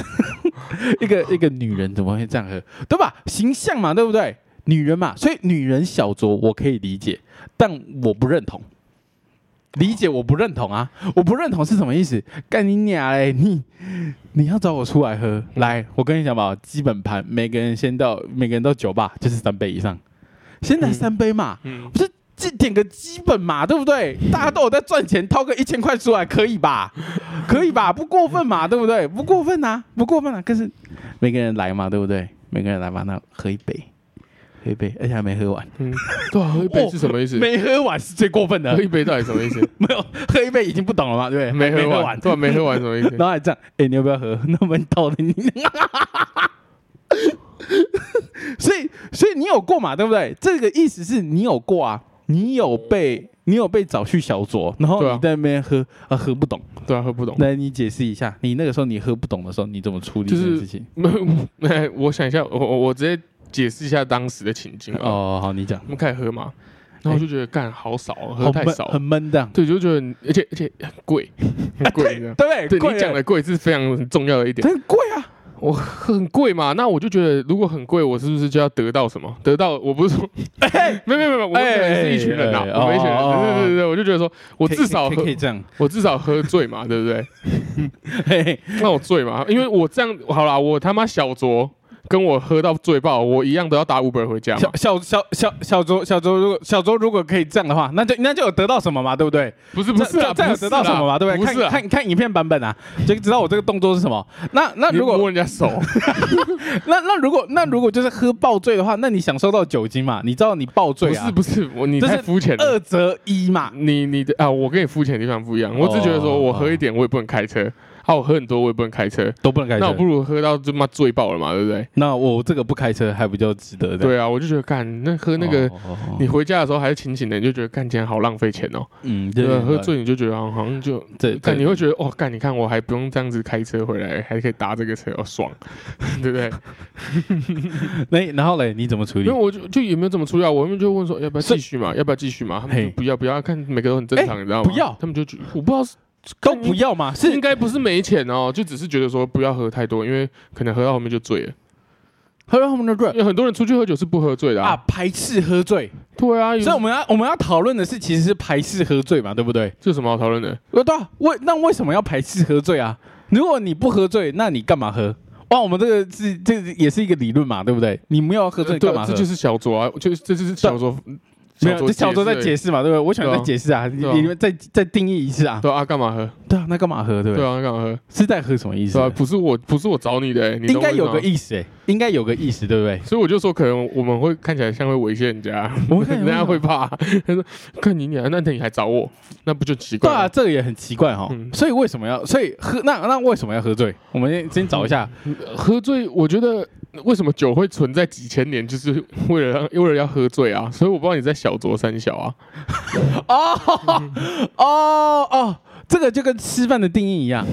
[SPEAKER 2] 一个一个女人怎么会这样喝？对吧？形象嘛，对不对？女人嘛，所以女人小酌我可以理解，但我不认同。理解我不认同啊，我不认同是什么意思？干你娘嘞！你你要找我出来喝，来，我跟你讲吧，基本盘每个人先到每个人到酒吧就是三杯以上，先来
[SPEAKER 1] 嗯
[SPEAKER 2] 三杯嘛，
[SPEAKER 1] 嗯，
[SPEAKER 2] 不是这点个基本嘛，对不对？大家都有在赚钱，掏个一千块出来可以吧？可以吧？不过分 嘛，对不对？不过分啊，不过分啊。可是每个人来嘛，对不对？每个人来嘛，那喝一杯，喝一杯，而且还没喝完，
[SPEAKER 1] 嗯，对啊，喝一
[SPEAKER 2] 哦
[SPEAKER 1] 杯是什么意思？
[SPEAKER 2] 没喝完是最过分
[SPEAKER 1] 喝
[SPEAKER 2] 的。
[SPEAKER 1] 一杯到底什么 意思？
[SPEAKER 2] 没有喝一杯已经不懂了嘛，对不对？
[SPEAKER 1] 没喝
[SPEAKER 2] 喝
[SPEAKER 1] 完，对啊，没喝完什么意 思？
[SPEAKER 2] 然后还这样，哎、你要不要喝？ 那么倒的你。所以，所以你有过嘛？对不对？这个意思是你有过啊，你有被你有被找去小酌，然后
[SPEAKER 1] 对啊
[SPEAKER 2] 你在那边喝啊喝不懂。
[SPEAKER 1] 对啊，喝不懂。
[SPEAKER 2] 来，你解释一下，你那个时候你喝不懂的时候，你怎么处理
[SPEAKER 1] 就
[SPEAKER 2] 这
[SPEAKER 1] 是
[SPEAKER 2] 件事情？
[SPEAKER 1] 没有，哎我想一下，我我我直接解释一下当时的情境哦。
[SPEAKER 2] 哦，好，你讲
[SPEAKER 1] 我，们开始喝嘛，然后我就觉得干好少哦，喝
[SPEAKER 2] 好
[SPEAKER 1] 太
[SPEAKER 2] 闷
[SPEAKER 1] 少
[SPEAKER 2] 很，闷的，
[SPEAKER 1] 对，就觉得而且而且很 贵，很贵的。
[SPEAKER 2] 对
[SPEAKER 1] 对
[SPEAKER 2] 贵啊
[SPEAKER 1] 你讲的贵是非常很重要的一点，
[SPEAKER 2] 很贵啊，
[SPEAKER 1] 我很贵嘛，那我就觉得如果很贵，我是不是就要得到什么？得到我不是说， 没有没有没有，我们可能是一群人呐
[SPEAKER 2] 哎哎哎，
[SPEAKER 1] 我们一群人，
[SPEAKER 2] 哦
[SPEAKER 1] 对对对对，我就觉得说我
[SPEAKER 2] 我
[SPEAKER 1] 至少
[SPEAKER 2] 可以
[SPEAKER 1] 喝
[SPEAKER 2] 可以，这样，
[SPEAKER 1] 我至少喝醉嘛，对不对？
[SPEAKER 2] 嘿嘿
[SPEAKER 1] 那我醉嘛，因为我这样好啦，我他妈小酌，跟我喝到醉爆，我一样都要打 Uber 回家嘛
[SPEAKER 2] 小。小小小小周小周如果小周如果可以这样的话，那就那就有得到什么嘛，对不对？
[SPEAKER 1] 不是不是啊，
[SPEAKER 2] 这这有
[SPEAKER 1] 不是
[SPEAKER 2] 得
[SPEAKER 1] 啊
[SPEAKER 2] 到什么嘛，对不对？
[SPEAKER 1] 不是啊
[SPEAKER 2] 看看看影片版本啊，就知道我这个动作是什么。那那
[SPEAKER 1] 你
[SPEAKER 2] 如
[SPEAKER 1] 摸
[SPEAKER 2] 果
[SPEAKER 1] 人家手，
[SPEAKER 2] 那那如果那如果就是喝爆醉的话，那你享受到酒精嘛？你知道你爆
[SPEAKER 1] 不
[SPEAKER 2] 醉啊
[SPEAKER 1] 是，不是，我你
[SPEAKER 2] 这
[SPEAKER 1] 太
[SPEAKER 2] 是
[SPEAKER 1] 肤浅了。
[SPEAKER 2] 二择一嘛。
[SPEAKER 1] 你你的啊，我跟你肤浅的地方不一样，我只觉得
[SPEAKER 2] 哦
[SPEAKER 1] 说我喝一点我也不能开车，啊，我喝很多我也不能开车，
[SPEAKER 2] 都不能开
[SPEAKER 1] 那我不如喝到就妈醉爆了嘛，对不对？
[SPEAKER 2] 那我这个不开车还比较值得的。
[SPEAKER 1] 对啊，我就觉得干那喝那个
[SPEAKER 2] 哦，哦哦
[SPEAKER 1] 你回家的时候还是清醒的，你就觉得干今天好浪费钱哦。
[SPEAKER 2] 嗯，对
[SPEAKER 1] 对啊，
[SPEAKER 2] 对，
[SPEAKER 1] 喝醉你就觉得好像就
[SPEAKER 2] 对，对
[SPEAKER 1] 但你会觉得哦，干，你看我还不用这样子开车回来，还可以搭这个车，哦，爽， 对不对？
[SPEAKER 2] 那然后嘞，你怎么处
[SPEAKER 1] 因
[SPEAKER 2] 理
[SPEAKER 1] 为？我就就也没有怎么出来，我们就问说要不要继续嘛，要不要继续嘛？他们
[SPEAKER 2] 嘿哎
[SPEAKER 1] 就不要不要，看每个都很正常，你知道吗？
[SPEAKER 2] 不要
[SPEAKER 1] 他们就觉我不知道是
[SPEAKER 2] 都不要嘛？
[SPEAKER 1] 是应
[SPEAKER 2] 是
[SPEAKER 1] 该不是没钱哦，就只是觉得说不要喝太多，因为可能喝到后面就醉了。
[SPEAKER 2] 喝他们的
[SPEAKER 1] 因
[SPEAKER 2] 醉
[SPEAKER 1] 为很多人出去喝酒是不喝醉的
[SPEAKER 2] 啊，
[SPEAKER 1] 啊，
[SPEAKER 2] 排斥喝醉。
[SPEAKER 1] 对啊，有
[SPEAKER 2] 所以我们要我们要讨论的是，其实是排斥喝醉嘛，对不对？
[SPEAKER 1] 这有什么好讨论的？
[SPEAKER 2] 呃，对啊，为那为什么要排斥喝醉啊？如果你不喝醉，那你干嘛喝？哇，我们这个是这个也是一个理论嘛，对不对？你没有要喝醉
[SPEAKER 1] 对
[SPEAKER 2] 干
[SPEAKER 1] 啊，
[SPEAKER 2] 嘛喝？
[SPEAKER 1] 这就是小酌啊，就是这就是小酌，
[SPEAKER 2] 没有，这小周在
[SPEAKER 1] 释而已
[SPEAKER 2] 解释嘛，对不对？我想
[SPEAKER 1] 对啊
[SPEAKER 2] 再解释啊，你
[SPEAKER 1] 对啊
[SPEAKER 2] 你们再再定义一次啊。
[SPEAKER 1] 对啊，干嘛喝？
[SPEAKER 2] 对啊，那干嘛喝？对不
[SPEAKER 1] 对
[SPEAKER 2] 对？
[SPEAKER 1] 啊，干嘛喝？
[SPEAKER 2] 是在喝什么意思
[SPEAKER 1] 对？啊，不是我，不是我找你的、欸，你懂
[SPEAKER 2] 应该
[SPEAKER 1] 我
[SPEAKER 2] 有
[SPEAKER 1] 吗
[SPEAKER 2] 个意思哎，应该有个意思，对不对？
[SPEAKER 1] 所以我就说，可能我们会看起来像会猥亵人家，
[SPEAKER 2] 我们看起来
[SPEAKER 1] 人家会
[SPEAKER 2] 会
[SPEAKER 1] 怕。他说：“看你俩，那你还找我，那不就奇怪
[SPEAKER 2] 对
[SPEAKER 1] 了？”
[SPEAKER 2] 啊，这个也很奇怪哈
[SPEAKER 1] 嗯。
[SPEAKER 2] 所以为什么要？所以喝那那为什么要喝醉？我们先先找一下。
[SPEAKER 1] 喝醉，我觉得为什么酒会存在几千年，就是为了让为了要喝醉啊。所以我不知道你在小酌三小啊。
[SPEAKER 2] 哦哦哦，这个就跟吃饭的定义一样，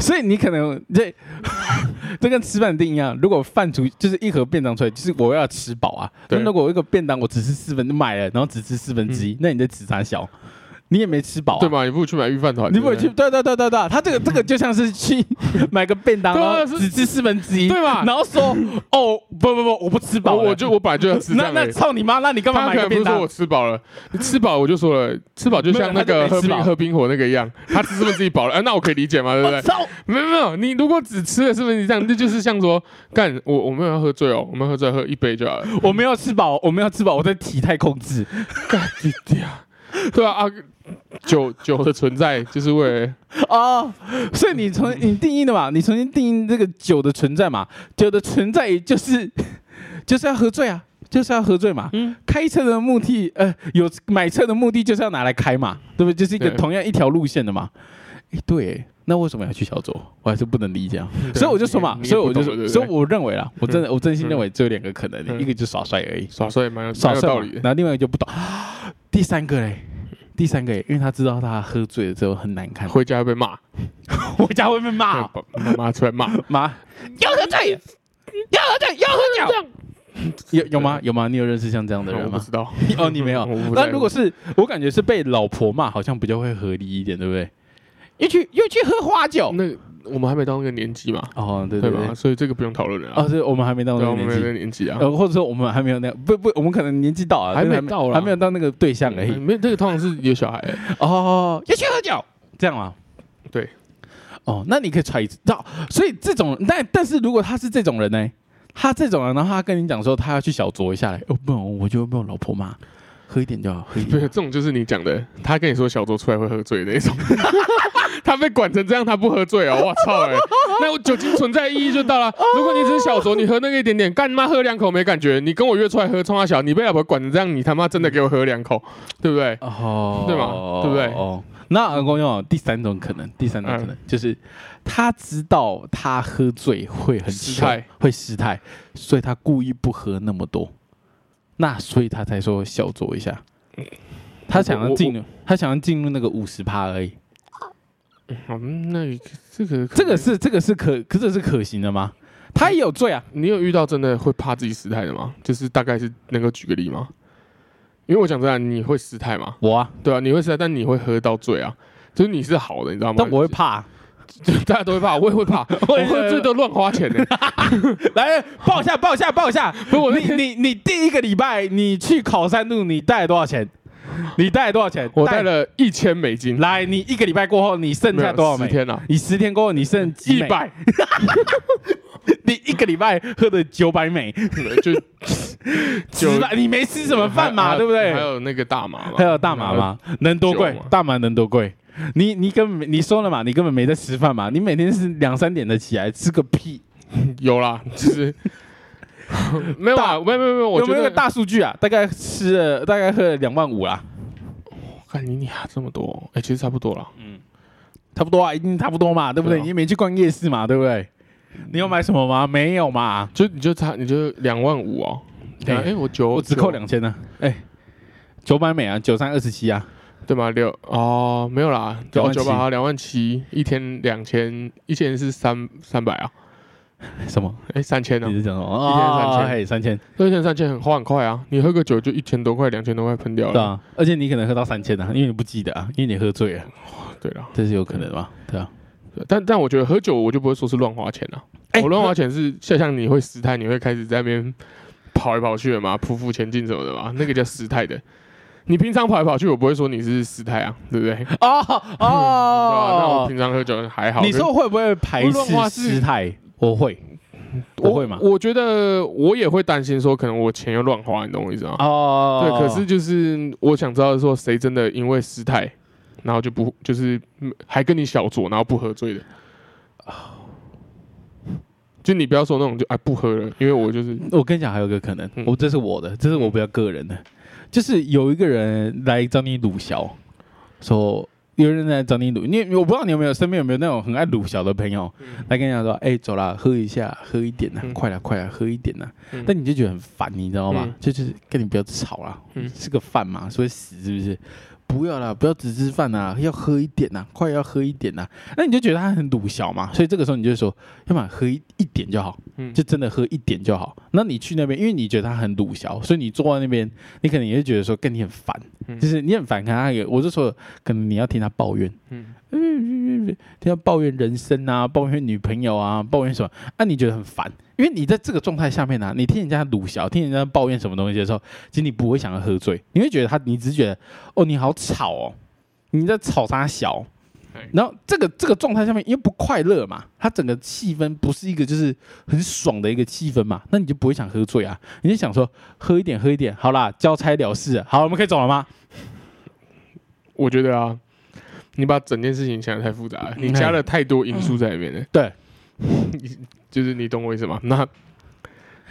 [SPEAKER 2] 所以你可能这这跟吃饭的定义一样。如果饭出就是一盒便当出来，就是我要吃饱啊。
[SPEAKER 1] 对
[SPEAKER 2] 那如果我一个便当我只吃四分买了，然后只吃四分之一，那你的吃啥小？你也没吃饱、啊，
[SPEAKER 1] 对？嘛？你不如去买预饭团，
[SPEAKER 2] 你不
[SPEAKER 1] 对
[SPEAKER 2] 会去？对对对对对，他这个这个就像是去买个便当，
[SPEAKER 1] 对啊
[SPEAKER 2] 然
[SPEAKER 1] 是
[SPEAKER 2] 后只吃四分之一，
[SPEAKER 1] 对吧
[SPEAKER 2] 然后说哦不不不，我不吃
[SPEAKER 1] 我
[SPEAKER 2] 饱了，
[SPEAKER 1] 我就我本来就要吃这
[SPEAKER 2] 那
[SPEAKER 1] 样
[SPEAKER 2] 那
[SPEAKER 1] 的。
[SPEAKER 2] 操你妈！那你干嘛
[SPEAKER 1] 他
[SPEAKER 2] 买
[SPEAKER 1] 可能
[SPEAKER 2] 个
[SPEAKER 1] 不
[SPEAKER 2] 便
[SPEAKER 1] 是
[SPEAKER 2] 当
[SPEAKER 1] 说我？吃饱了，你吃饱我就说了，吃饱就像那
[SPEAKER 2] 没
[SPEAKER 1] 个
[SPEAKER 2] 有他就没
[SPEAKER 1] 喝
[SPEAKER 2] 吃饱
[SPEAKER 1] 冰喝冰火那个一样，他吃是不是自己饱了？啊那我可以理解嘛，对不对
[SPEAKER 2] 我？操！
[SPEAKER 1] 没有没有，你如果只吃了是不是这样？那就是像说，干我我没有要喝醉哦，我们喝醉喝一杯就好了。
[SPEAKER 2] 我没有吃饱，我没有吃饱，我在体态控制。
[SPEAKER 1] 干弟弟啊，对啊啊，酒酒的存在就是为 了
[SPEAKER 2] 哦，所以你从你定义的嘛，你重新定义这个酒的存在嘛，酒的存在就是 就是要喝醉啊，就是要喝醉嘛。
[SPEAKER 1] 嗯
[SPEAKER 2] 开车的目的，呃，有买车的目的就是要拿来开嘛，对不对？就是一个
[SPEAKER 1] 对
[SPEAKER 2] 同样一条路线的嘛。诶，对，那为什么要去小酌？我还是不能理解啊。
[SPEAKER 1] 对
[SPEAKER 2] 所以我就说嘛，
[SPEAKER 1] 你也
[SPEAKER 2] 所以我就
[SPEAKER 1] 你也不懂对不
[SPEAKER 2] 说，
[SPEAKER 1] 对
[SPEAKER 2] 所以我认为啦，我真的我真心
[SPEAKER 1] 嗯
[SPEAKER 2] 认为只有两个可能，
[SPEAKER 1] 嗯
[SPEAKER 2] 一个就是耍帅而已，
[SPEAKER 1] 耍帅蛮有蛮
[SPEAKER 2] 少
[SPEAKER 1] 有
[SPEAKER 2] 剩
[SPEAKER 1] 道
[SPEAKER 2] 嘛
[SPEAKER 1] 理的。
[SPEAKER 2] 然后另外一个就不懂，第三个嘞，第三个嘞，因为他知道他喝醉了之后很难看，
[SPEAKER 1] 回家会被骂，
[SPEAKER 2] 我家会被骂
[SPEAKER 1] 爸
[SPEAKER 2] 哦，
[SPEAKER 1] 妈妈出来骂，
[SPEAKER 2] 妈，要喝醉，要喝醉，要喝酒。 有有吗？有吗？你有认识像这样的
[SPEAKER 1] 我
[SPEAKER 2] 人
[SPEAKER 1] 不
[SPEAKER 2] 吗？
[SPEAKER 1] 知道。
[SPEAKER 2] 哦，你没有
[SPEAKER 1] 我不。在
[SPEAKER 2] 那
[SPEAKER 1] 乎
[SPEAKER 2] 如果是我，感觉是被老婆骂，好像比较会合理一点，对不对？又去又去喝花酒。
[SPEAKER 1] 那我们还没到那个年纪嘛，
[SPEAKER 2] 哦，对
[SPEAKER 1] 对
[SPEAKER 2] 对对
[SPEAKER 1] 吧？。所以这个不用讨论了啊
[SPEAKER 2] 哦，。是我们还没到
[SPEAKER 1] 对啊，
[SPEAKER 2] 那个
[SPEAKER 1] 我们
[SPEAKER 2] 年
[SPEAKER 1] 没有那
[SPEAKER 2] 纪，
[SPEAKER 1] 个年纪啊，
[SPEAKER 2] 呃，或者说我们还没有那样，不不，我们可能年纪到啊，
[SPEAKER 1] 还没
[SPEAKER 2] 但是
[SPEAKER 1] 到啦
[SPEAKER 2] 还没有到那个对象而已。
[SPEAKER 1] 没有这个通常是有小孩欸，
[SPEAKER 2] 哦，要去喝酒，这样啊？
[SPEAKER 1] 对。
[SPEAKER 2] 哦，那你可以揣到，所以这种，但但是如果他是这种人呢，他这种人，然后他跟你讲说他要去小酌一下嘞，哦不，我就被我老婆骂，喝一点就好，喝一
[SPEAKER 1] 不是
[SPEAKER 2] 点
[SPEAKER 1] 这。种就是你讲的，他跟你说小酌出来会喝醉的那种， 他被管成这样，他不喝醉哦，我操哎，那我酒精存在意义就到了。如果你只是小酌，你喝那个一点点，干妈喝两口没感觉，你跟我约出来喝，冲他小，你被老婆管成这样，你他妈真的给我喝两口，对不对？
[SPEAKER 2] 哦
[SPEAKER 1] 对嘛对不对嗯
[SPEAKER 2] 哦，那公用第三种可能，第三种可能、就是他知道他喝醉会很
[SPEAKER 1] 失
[SPEAKER 2] 糗
[SPEAKER 1] 态，
[SPEAKER 2] 会失态，所以他故意不喝那么多，那所以他才说小酌一下。他想要进入，他想要进入那个五十趴而已。
[SPEAKER 1] 嗯，那这个
[SPEAKER 2] 这个是这个是可，可这是可行的吗？他也有罪啊，
[SPEAKER 1] 你有遇到真的会怕自己失态的吗？就是大概是能够举个例吗？因为我讲真的，你会失态吗？
[SPEAKER 2] 我啊，
[SPEAKER 1] 对啊，你会失态，但你会喝到醉啊，就是你是好的，你知道吗？
[SPEAKER 2] 但我会怕、啊
[SPEAKER 1] 大家都会 怕，我也会怕，我
[SPEAKER 2] 也会
[SPEAKER 1] 喝醉都乱花钱 呢、
[SPEAKER 2] 来报一下，报一下，报一下。
[SPEAKER 1] 不是我
[SPEAKER 2] 你你你第一个礼拜你去考山路，你带了多少钱？你带了多少钱？
[SPEAKER 1] 我带。了一千美金，
[SPEAKER 2] 来，你一个礼拜过后，你剩
[SPEAKER 1] 没
[SPEAKER 2] 下
[SPEAKER 1] 有
[SPEAKER 2] 多少
[SPEAKER 1] 十
[SPEAKER 2] 美？
[SPEAKER 1] 天啊，
[SPEAKER 2] 你十天过后，你剩几
[SPEAKER 1] 一
[SPEAKER 2] 美？
[SPEAKER 1] 百，
[SPEAKER 2] 你一个礼拜喝的九百美，
[SPEAKER 1] 就
[SPEAKER 2] 九百，你没吃什么 饭嘛？对不对
[SPEAKER 1] 还？有那个大麻嘛，
[SPEAKER 2] 还有大麻吗？能多贵
[SPEAKER 1] 酒嘛？
[SPEAKER 2] 大麻能多贵？你你根本你说了嘛，你根本没在吃饭嘛，你每天是两三点的起来吃个屁，
[SPEAKER 1] 呃有啦，就是 没有啊，
[SPEAKER 2] 大
[SPEAKER 1] 没有没有没有，我
[SPEAKER 2] 有
[SPEAKER 1] 觉
[SPEAKER 2] 没有
[SPEAKER 1] 得
[SPEAKER 2] 个大数据啊？大概吃了大概喝了两万五啦，
[SPEAKER 1] 看你俩这么多，哎、其实差不多啦。
[SPEAKER 2] 嗯差不多啊，一定差不多嘛，对不对？
[SPEAKER 1] 对啊嗯
[SPEAKER 2] 你也没去逛夜市嘛，对不对？你有买什么吗？没有嘛，
[SPEAKER 1] 就你就差你就两万五哦，哎、
[SPEAKER 2] 哎
[SPEAKER 1] 我九
[SPEAKER 2] 我只扣两千呢。哎，九百美啊，九三二十七啊，
[SPEAKER 1] 对吗？六哦没有啦，九
[SPEAKER 2] 27
[SPEAKER 1] 九百两万七，一天两千，一天是三三百啊，
[SPEAKER 2] 什么？
[SPEAKER 1] 哎、三千呢、
[SPEAKER 2] 你是讲什么？
[SPEAKER 1] 一天三千
[SPEAKER 2] 哦嘿，三千，
[SPEAKER 1] 二千三千很花很快啊，你喝个酒就一千多块、两千多块喷掉
[SPEAKER 2] 对
[SPEAKER 1] 了。
[SPEAKER 2] 啊，而且你可能喝到三千啊，因为你不记得啊，因为你喝醉了，
[SPEAKER 1] 对啦，
[SPEAKER 2] 这是有可能的嘛，对啊。
[SPEAKER 1] 对但但我觉得喝酒我就不会说是乱花钱了、
[SPEAKER 2] 哎
[SPEAKER 1] 我乱花钱是像像你会失态，你会开始在那边跑来跑去的嘛，匍匐前进什么的嘛，那个叫失态的。你平常跑来跑去，我不会说你是失态啊，对不对？对
[SPEAKER 2] 哦
[SPEAKER 1] 啊，那我
[SPEAKER 2] 哦，
[SPEAKER 1] 平常喝酒还好。
[SPEAKER 2] 你说会不会排
[SPEAKER 1] 我乱花
[SPEAKER 2] 斥
[SPEAKER 1] 是
[SPEAKER 2] 失态？我会，不会吗
[SPEAKER 1] 我我觉得我也会担心说，可能我钱又乱花，你懂我意思吗？
[SPEAKER 2] 哦
[SPEAKER 1] 对，可是就是我想知道说，谁真的因为失态，然后就不就是嗯还跟你小酌，然后不喝醉的。就你不要说那种就哎不喝了，因为我就是
[SPEAKER 2] 我跟你讲，还有一个可能
[SPEAKER 1] 嗯，
[SPEAKER 2] 我这是我的，这是我比较个人的，就是有一个人来找你鲁小，说有人来找你鲁，你我不知道你有没有身边有没有那种很爱鲁小的朋友来跟你讲说，哎、走啦，喝一下，喝一点呐、
[SPEAKER 1] 嗯
[SPEAKER 2] 快啦，快啦，喝一点呐、
[SPEAKER 1] 嗯
[SPEAKER 2] 但你就觉得很烦，你知道吗？
[SPEAKER 1] 嗯
[SPEAKER 2] 就是跟你不要吵啦，
[SPEAKER 1] 嗯
[SPEAKER 2] 吃个饭嘛，所以死是不是？不要啦，不要只吃饭呐，要喝一点呐、快要喝一点呐、那你就觉得他很鲁小嘛，所以这个时候你就说，要么喝一一点就好，
[SPEAKER 1] 嗯
[SPEAKER 2] 就真的喝一点就好。那你去那边，因为你觉得他很鲁小，所以你坐在那边，你可能也会觉得说跟你很烦，
[SPEAKER 1] 嗯
[SPEAKER 2] 就是你很烦，看他有，我就说可能你要听他抱怨，
[SPEAKER 1] 嗯
[SPEAKER 2] 听他抱怨人生啊，抱怨女朋友啊，抱怨什么，啊，你觉得很烦，因为你在这个状态下面呢、啊，你听人家鲁小，听人家抱怨什么东西的时候，其实你不会想要喝醉，你会觉得他，你只是觉得哦，你好吵哦，你在吵他小
[SPEAKER 1] 哎。
[SPEAKER 2] 然后这个这个状态下面又不快乐嘛，他整个气氛不是一个就是很爽的一个气氛嘛，那你就不会想喝醉啊，你就想说喝一点喝一点，好啦，交差了事，好，我们可以走了吗？
[SPEAKER 1] 我觉得啊，你把整件事情想的太复杂了，你加了太多因素在里面了。
[SPEAKER 2] 嗯对，
[SPEAKER 1] 就是你懂我意思吗？那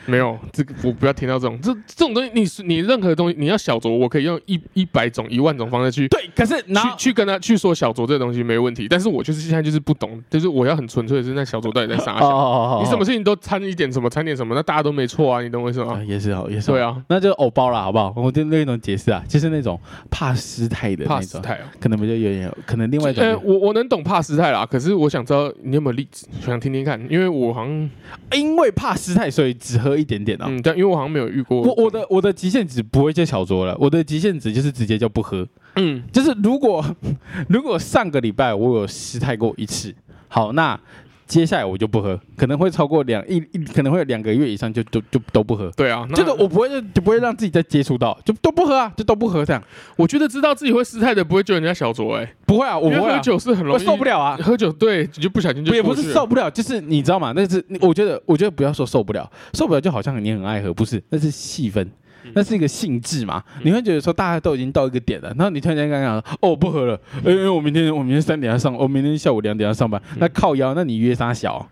[SPEAKER 1] 没有这个，我不要听到这种这这种东西，你你任何东西你要小酌，我可以用一一百种一万种方式去
[SPEAKER 2] 对，可是然
[SPEAKER 1] 去
[SPEAKER 2] 后
[SPEAKER 1] 去跟他去说小卓这个东西没问题，但是我就是现在就是不懂，就是我要很纯粹的是那小卓到底在
[SPEAKER 2] 哦
[SPEAKER 1] 啥
[SPEAKER 2] 哦
[SPEAKER 1] 想？
[SPEAKER 2] 哦哦，
[SPEAKER 1] 你什么事情都掺一点什么，掺点什么，那大家都没错啊，你懂我意思
[SPEAKER 2] 啊
[SPEAKER 1] 吗？
[SPEAKER 2] 也是好也是好
[SPEAKER 1] 对，啊，
[SPEAKER 2] 那就偶包啦，好不好？我就另一种解释啊，就是那种怕失态的
[SPEAKER 1] 怕
[SPEAKER 2] 那
[SPEAKER 1] 失
[SPEAKER 2] 种，
[SPEAKER 1] 态啊。
[SPEAKER 2] 可能比较有点，可能另外一种
[SPEAKER 1] 呃，
[SPEAKER 2] 就，
[SPEAKER 1] 我我能懂怕失态啦，可是我想知道你有没有例子，想听听看，因为我好像
[SPEAKER 2] 因为怕失态，所以只喝一点点哦。
[SPEAKER 1] 嗯，但因为我好像没有遇过
[SPEAKER 2] 我我的我的极限值不会叫小酌了，我的极限值就是直接叫不喝。
[SPEAKER 1] 嗯
[SPEAKER 2] 就是如果 如果上个礼拜我有失态过一次，好，那接下来我就不喝，可能会超过两一一，可能会有两个月以上就就就都不喝。
[SPEAKER 1] 对啊，那
[SPEAKER 2] 嗯这个我不会就就不会让自己再接触到，就都不喝啊，就都不喝这样。
[SPEAKER 1] 我觉得知道自己会失态的不会救人家小卓哎，
[SPEAKER 2] 不会啊，我
[SPEAKER 1] 因为
[SPEAKER 2] 不会、
[SPEAKER 1] 喝
[SPEAKER 2] 啊，
[SPEAKER 1] 酒是很容
[SPEAKER 2] 我
[SPEAKER 1] 易
[SPEAKER 2] 受不了啊。
[SPEAKER 1] 喝酒对你就不小心就
[SPEAKER 2] 也不
[SPEAKER 1] 过去
[SPEAKER 2] 是
[SPEAKER 1] 了
[SPEAKER 2] 受不了，就是你知道吗？那是我觉得，我觉得不要说受不了，受不了就好像你很爱喝，不是？那是气氛，
[SPEAKER 1] 嗯
[SPEAKER 2] 那是一个性质嘛。你会觉得说大家都已经到一个点了，然后你突然间刚刚讲哦我不喝了，因为我明天我明天三点要上，我明天下午两点要上
[SPEAKER 1] 嗯
[SPEAKER 2] 班，那靠腰，那你约 啥小？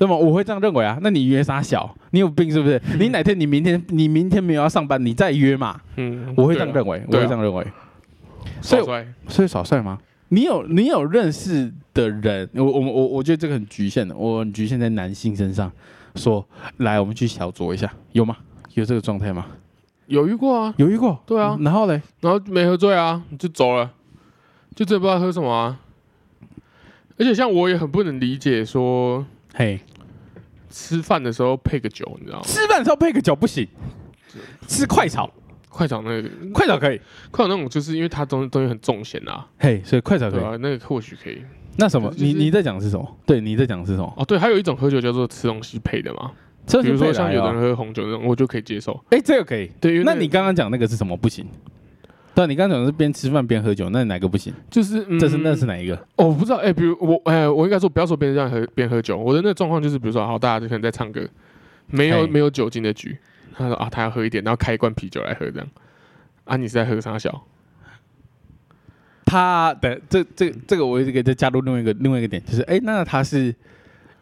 [SPEAKER 2] 那么我会这样认为啊，那你约啥小？你有病 是不是？你哪天你明天你明天没有要上班，你再约嘛。
[SPEAKER 1] 嗯
[SPEAKER 2] 我会这样
[SPEAKER 1] 对啊
[SPEAKER 2] 认为，我
[SPEAKER 1] 对
[SPEAKER 2] 会
[SPEAKER 1] 啊
[SPEAKER 2] 这样认为。所
[SPEAKER 1] 少
[SPEAKER 2] 以
[SPEAKER 1] 帅
[SPEAKER 2] 所以耍帅吗？你有你有认识的人，我我我我觉得这个很局限的，我很局限在男性身上。说来，我们去小酌一下，有吗？有这个状态吗？
[SPEAKER 1] 有遇过啊，
[SPEAKER 2] 有遇过？
[SPEAKER 1] 对啊
[SPEAKER 2] 嗯然后嘞，
[SPEAKER 1] 然后没喝醉啊，就走了，就真的不知道喝什么啊。而且像我也很不能理解说
[SPEAKER 2] 嘿，
[SPEAKER 1] 吃饭的时候配个酒，你知道吗？
[SPEAKER 2] 吃饭的时候配个酒不行，吃快炒，
[SPEAKER 1] 快炒那个
[SPEAKER 2] 快炒可以。
[SPEAKER 1] 快炒那种，就是因为它东西东西很重咸啊，
[SPEAKER 2] 嘿，所以快炒可
[SPEAKER 1] 对
[SPEAKER 2] 以。
[SPEAKER 1] 吧、那个或许可以。
[SPEAKER 2] 那什么，
[SPEAKER 1] 就是
[SPEAKER 2] 你你在讲的是什么？对，你在讲的是什么？
[SPEAKER 1] 哦，对，还有一种喝酒叫做吃东西配的嘛，
[SPEAKER 2] 这
[SPEAKER 1] 比
[SPEAKER 2] 是
[SPEAKER 1] 如说
[SPEAKER 2] 配
[SPEAKER 1] 像
[SPEAKER 2] 来
[SPEAKER 1] 有的
[SPEAKER 2] 哦
[SPEAKER 1] 人喝红酒那种，我就可以接受。
[SPEAKER 2] 哎，这个可以。
[SPEAKER 1] 对，因为
[SPEAKER 2] 那
[SPEAKER 1] 个
[SPEAKER 2] 你刚刚讲那个是什么？不行。对，啊你刚刚讲的是边吃饭边喝酒，那哪个不行？
[SPEAKER 1] 就是、嗯
[SPEAKER 2] 这是那是哪一个？
[SPEAKER 1] 哦，我不知道，哎、比如我，哎、我应该说不要说别人这样喝边喝酒，我的那个状况就是，比如说，好，大家就可能在唱歌，没有
[SPEAKER 2] 嘿
[SPEAKER 1] 没有酒精的局，他说啊，他要喝一点，然后开一罐啤酒来喝这样，啊，你是在喝啥小？
[SPEAKER 2] 他的这这这个我这个再加入另外一个另外一个点，就是哎、诶那他是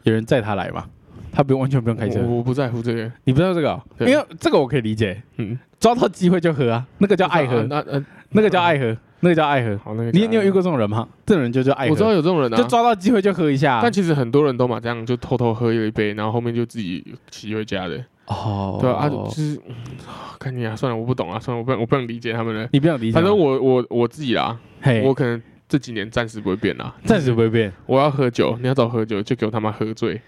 [SPEAKER 2] 有人载他来嘛？他不用完全不用开车，
[SPEAKER 1] 我我不在乎这个，
[SPEAKER 2] 你不知道这个哦、
[SPEAKER 1] 对
[SPEAKER 2] 因为这个我可以理解，
[SPEAKER 1] 嗯，
[SPEAKER 2] 抓到机会就喝啊，那个叫 爱喝，
[SPEAKER 1] 啊那呃，
[SPEAKER 2] 那个叫爱喝，那个叫爱喝。
[SPEAKER 1] 好，那个
[SPEAKER 2] 你你有遇
[SPEAKER 1] 过？
[SPEAKER 2] 过这种人吗？这种人就叫爱喝，
[SPEAKER 1] 我知道有这种人
[SPEAKER 2] 就
[SPEAKER 1] 啊，
[SPEAKER 2] 抓到机会就喝一下、
[SPEAKER 1] 但其实很多人都嘛这样，就偷偷喝一杯，然后后面就自己骑回家的，
[SPEAKER 2] 哦，
[SPEAKER 1] 对啊，啊就是，嗯啊看你啊，算了，我不懂啊，算了，我不能我不能理解他们了，
[SPEAKER 2] 你不想理解吗，
[SPEAKER 1] 反正我我我自己啦，
[SPEAKER 2] 嘿，
[SPEAKER 1] 我可能这几年暂时不会变啦，
[SPEAKER 2] 暂时不会变，
[SPEAKER 1] 我要喝
[SPEAKER 2] 嗯
[SPEAKER 1] 酒，你要找我喝酒就给我他妈喝醉，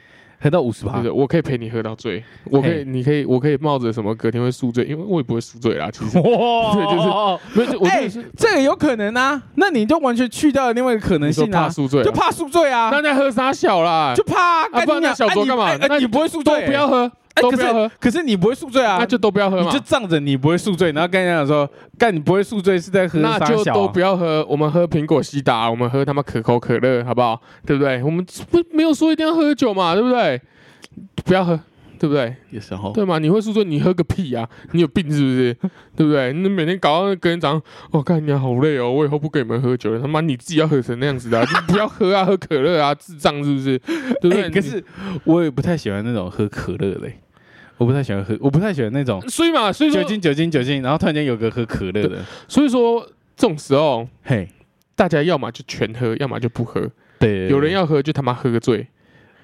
[SPEAKER 2] 喝到五十
[SPEAKER 1] 对
[SPEAKER 2] 趴
[SPEAKER 1] 不对？，我可以陪你喝到醉，我可以，
[SPEAKER 2] 嘿
[SPEAKER 1] 你可以，我可以冒着什么隔天会宿醉，因为我也不会宿醉啦。其 实对就不是，我
[SPEAKER 2] 哎、
[SPEAKER 1] 就是
[SPEAKER 2] 这个有可能啊，那你就完全去掉了另外一个可能
[SPEAKER 1] 你说
[SPEAKER 2] 性啊
[SPEAKER 1] 怕，宿醉啊，
[SPEAKER 2] 就怕宿醉啊，
[SPEAKER 1] 那在喝啥小啦？
[SPEAKER 2] 就怕
[SPEAKER 1] 啊，
[SPEAKER 2] 干
[SPEAKER 1] 不然
[SPEAKER 2] 你
[SPEAKER 1] 那
[SPEAKER 2] 娘
[SPEAKER 1] 小
[SPEAKER 2] 啊
[SPEAKER 1] 酌
[SPEAKER 2] 你
[SPEAKER 1] 干嘛
[SPEAKER 2] 哎？哎
[SPEAKER 1] 那
[SPEAKER 2] 你不会宿
[SPEAKER 1] 都
[SPEAKER 2] 醉，
[SPEAKER 1] 不要喝，
[SPEAKER 2] 哎。
[SPEAKER 1] 都
[SPEAKER 2] 可
[SPEAKER 1] 不要
[SPEAKER 2] 是
[SPEAKER 1] 喝，
[SPEAKER 2] 可是你不会宿醉啊，
[SPEAKER 1] 那就都不要喝
[SPEAKER 2] 你
[SPEAKER 1] 嘛
[SPEAKER 2] 就。仗着你不会宿醉，然后跟人家讲说，干你不会宿醉是在喝
[SPEAKER 1] 那
[SPEAKER 2] 傻
[SPEAKER 1] 就
[SPEAKER 2] 小啊
[SPEAKER 1] 都不要喝，我们喝苹果西达，我们喝他妈可口可乐，好不好？对不对？我们不没有说一定要喝酒嘛，对不对？不要喝，对不对？
[SPEAKER 2] 也是哈。
[SPEAKER 1] 对吗？你会宿醉，你喝个屁呀、你有病是不是？ 对不对？你每天搞到隔天早上，我、哦、看你好累哦，我以后不跟你们喝酒了。他妈你自己要喝成那样子的啊、就不要喝啊，喝可乐啊，智障是不是？对不对？
[SPEAKER 2] 哎可是我也不太喜欢那种喝可乐的欸、我不太喜欢喝，我不太喜欢那种
[SPEAKER 1] 你所以嘛，所以
[SPEAKER 2] 酒
[SPEAKER 1] 说，
[SPEAKER 2] 精酒精酒精，然后突然间有个喝可乐的，
[SPEAKER 1] 所以说这种时候，
[SPEAKER 2] 嘿，
[SPEAKER 1] 大家要么就全喝，要么就不喝。
[SPEAKER 2] 对，
[SPEAKER 1] 有人要喝就他妈喝个醉，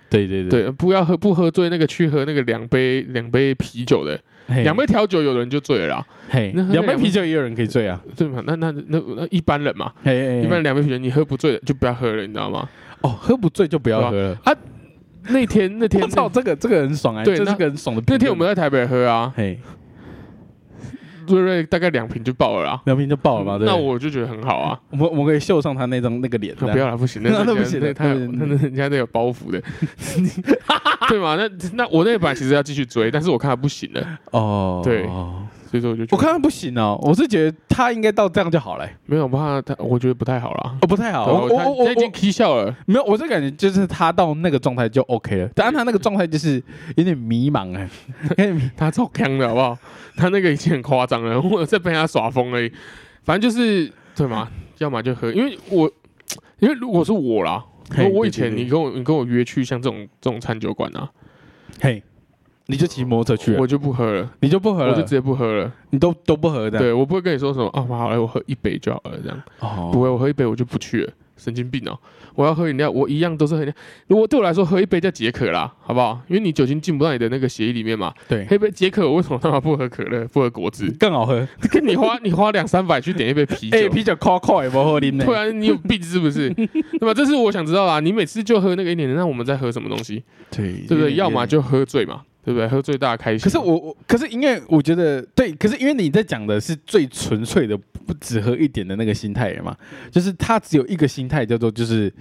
[SPEAKER 2] 对对对
[SPEAKER 1] 对，不要喝不喝醉那个去喝那个两杯两杯啤酒的，
[SPEAKER 2] 对
[SPEAKER 1] 两杯调酒有人就醉了啦，
[SPEAKER 2] 嘿
[SPEAKER 1] 那喝
[SPEAKER 2] 两杯
[SPEAKER 1] 两
[SPEAKER 2] 啤酒也有人可以醉啊，
[SPEAKER 1] 对嘛？那那那那一般人嘛，
[SPEAKER 2] 嘿
[SPEAKER 1] 一
[SPEAKER 2] 一
[SPEAKER 1] 般
[SPEAKER 2] 般
[SPEAKER 1] 两杯啤酒你喝不醉的就不要喝了，你知道吗？
[SPEAKER 2] 哦喝不醉就不要喝了。
[SPEAKER 1] 那天那天
[SPEAKER 2] 我操，这个这个很爽哎，
[SPEAKER 1] 对
[SPEAKER 2] 这
[SPEAKER 1] 那
[SPEAKER 2] 是个很爽的评论。
[SPEAKER 1] 那天我们在台北喝啊，
[SPEAKER 2] 嘿
[SPEAKER 1] 瑞瑞大概两瓶就爆了啦，啊
[SPEAKER 2] 两瓶就爆了嘛，对不对
[SPEAKER 1] 那我就觉得很好啊，
[SPEAKER 2] 我们我们可以秀上他那张那个脸，
[SPEAKER 1] 啊不要了，不行，那
[SPEAKER 2] 那不行
[SPEAKER 1] 那他
[SPEAKER 2] 那不行
[SPEAKER 1] 那那人家那有包袱的， 对嘛？那那我那版其实要继续追，但是我看他不行了，
[SPEAKER 2] 哦，
[SPEAKER 1] 对
[SPEAKER 2] 我
[SPEAKER 1] 所以说我就觉得
[SPEAKER 2] 看他不行哦，我是觉得他应该到这样就好了，欸
[SPEAKER 1] 没有，我怕他，我觉得不太好啦。
[SPEAKER 2] 哦不太好，我
[SPEAKER 1] 对啊
[SPEAKER 2] 我
[SPEAKER 1] 他
[SPEAKER 2] 我我
[SPEAKER 1] 他已经
[SPEAKER 2] 我
[SPEAKER 1] k 笑了，
[SPEAKER 2] 没有，我这感觉就是他到那个状态就 OK 了，但他那个状态就是有点迷茫哎，有点迷
[SPEAKER 1] 他超强的好不好？他那个已经很夸张了， 我在被他耍疯而已。反正就是对嘛，要么就喝，因为我因为如果是我啦，
[SPEAKER 2] 嘿
[SPEAKER 1] 我
[SPEAKER 2] 对
[SPEAKER 1] 以前
[SPEAKER 2] 对对
[SPEAKER 1] 你跟我你跟我约去像这种这种餐酒馆啊，
[SPEAKER 2] 嘿，你就骑摩托车去了，
[SPEAKER 1] 我就不喝了，
[SPEAKER 2] 你就不喝
[SPEAKER 1] 我就直
[SPEAKER 2] 了，啊
[SPEAKER 1] 接不喝了。
[SPEAKER 2] 你都都不喝的，
[SPEAKER 1] 对，我不会跟你说什么啊，好了，我喝一杯就好了这样。
[SPEAKER 2] 哦，
[SPEAKER 1] 不会，我喝一杯我就不去了，神经病哦、我要喝饮料，我一样都是喝饮料。如果对我来说，喝一杯叫解渴啦，好不好？因为你酒精进不到你的那个血液里面嘛。
[SPEAKER 2] 对，
[SPEAKER 1] 黑杯解渴，我为什么他妈不喝可 乐，不喝果汁？
[SPEAKER 2] 更好喝，
[SPEAKER 1] 跟你花你 花两三百去点一 杯啤酒，啊
[SPEAKER 2] 哎，啤酒 call call 也不喝啉呢
[SPEAKER 1] 突，然你有病是不 是？那么这是我想知道啦。你每次就喝那个一点点，那我们在喝什么东西？
[SPEAKER 2] 对
[SPEAKER 1] 对不对？要么就喝醉嘛，对不对？喝醉大家开心。
[SPEAKER 2] 可是我我可是因为我觉得对，可是因为你在讲的是最纯粹的，不只喝一点的那个心态嘛，
[SPEAKER 1] 嗯
[SPEAKER 2] 就是他只有一个心态叫做就是，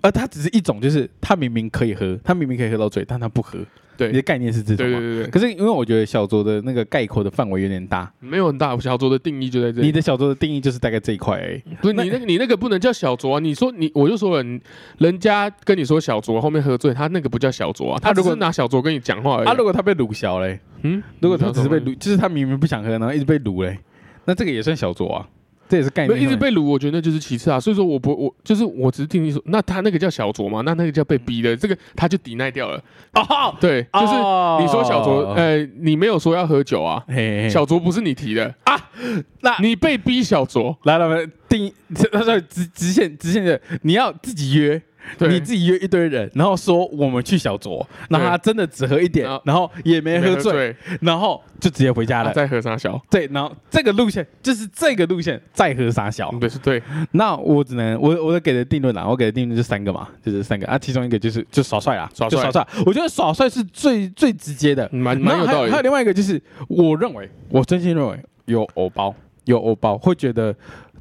[SPEAKER 2] 呃，他只是一种就是他明明可以喝，他明明可以喝到醉，但他不喝，
[SPEAKER 1] 对
[SPEAKER 2] 你的概念是这
[SPEAKER 1] 对对
[SPEAKER 2] 种嘛？
[SPEAKER 1] 对对，
[SPEAKER 2] 可是因为我觉得小酌的那个概括的范围有点大，
[SPEAKER 1] 没有很大小酌的定义就在这
[SPEAKER 2] 你
[SPEAKER 1] 里。
[SPEAKER 2] 的小酌的定义就是大概这一块而已。
[SPEAKER 1] 不是你那个你那个不能叫小酌啊！你说你我就说了，你人家跟你说小酌，后面喝醉，他那个不叫小酌啊，他
[SPEAKER 2] 啊
[SPEAKER 1] 只
[SPEAKER 2] 如果
[SPEAKER 1] 是拿小酌跟你讲话而已。
[SPEAKER 2] 啊，如果他被鲁小嘞，
[SPEAKER 1] 嗯，
[SPEAKER 2] 如果他只是被
[SPEAKER 1] 你知
[SPEAKER 2] 鲁，就是他明明不想喝，然后一直被鲁嘞，那这个也算小酌啊，这也是概
[SPEAKER 1] 道什么
[SPEAKER 2] 念
[SPEAKER 1] 没
[SPEAKER 2] 上
[SPEAKER 1] 有一
[SPEAKER 2] 的。
[SPEAKER 1] 直被撸，我觉得那就是其次啊。所以说我不我就是我只是定义说，那他那个叫小酌嘛，那那个叫被逼的，这个他就抵赖掉了。
[SPEAKER 2] 嗯哦，
[SPEAKER 1] 对，就是你说小酌，
[SPEAKER 2] 哦，
[SPEAKER 1] 呃，你没有说要喝酒啊，
[SPEAKER 2] 嘿嘿
[SPEAKER 1] 小酌不是你提的啊，
[SPEAKER 2] 哎那
[SPEAKER 1] 你被逼小酌，
[SPEAKER 2] 来了，我们定 义这他说直直线直线的，你要自己约，
[SPEAKER 1] 对
[SPEAKER 2] 你自己约一堆人，然后说我们去小酌，然后他真的只喝一点
[SPEAKER 1] 然后，
[SPEAKER 2] 然后也没喝醉，
[SPEAKER 1] 醉，
[SPEAKER 2] 然后就直接回家了。
[SPEAKER 1] 啊再喝啥小，
[SPEAKER 2] 对，然后这个路线就是这个路线再喝傻小。
[SPEAKER 1] 对是对，
[SPEAKER 2] 那我只能我我给的定论啦，我给的定论就三个嘛，就是三个啊，其中一个就是就耍帅啦，
[SPEAKER 1] 耍
[SPEAKER 2] 就
[SPEAKER 1] 帅
[SPEAKER 2] 耍帅。我觉得耍帅是最最直接的，
[SPEAKER 1] 蛮蛮有
[SPEAKER 2] 然后还
[SPEAKER 1] 道理
[SPEAKER 2] 还有另外一个就是，我认为，我真心认为有偶包，有偶包会觉得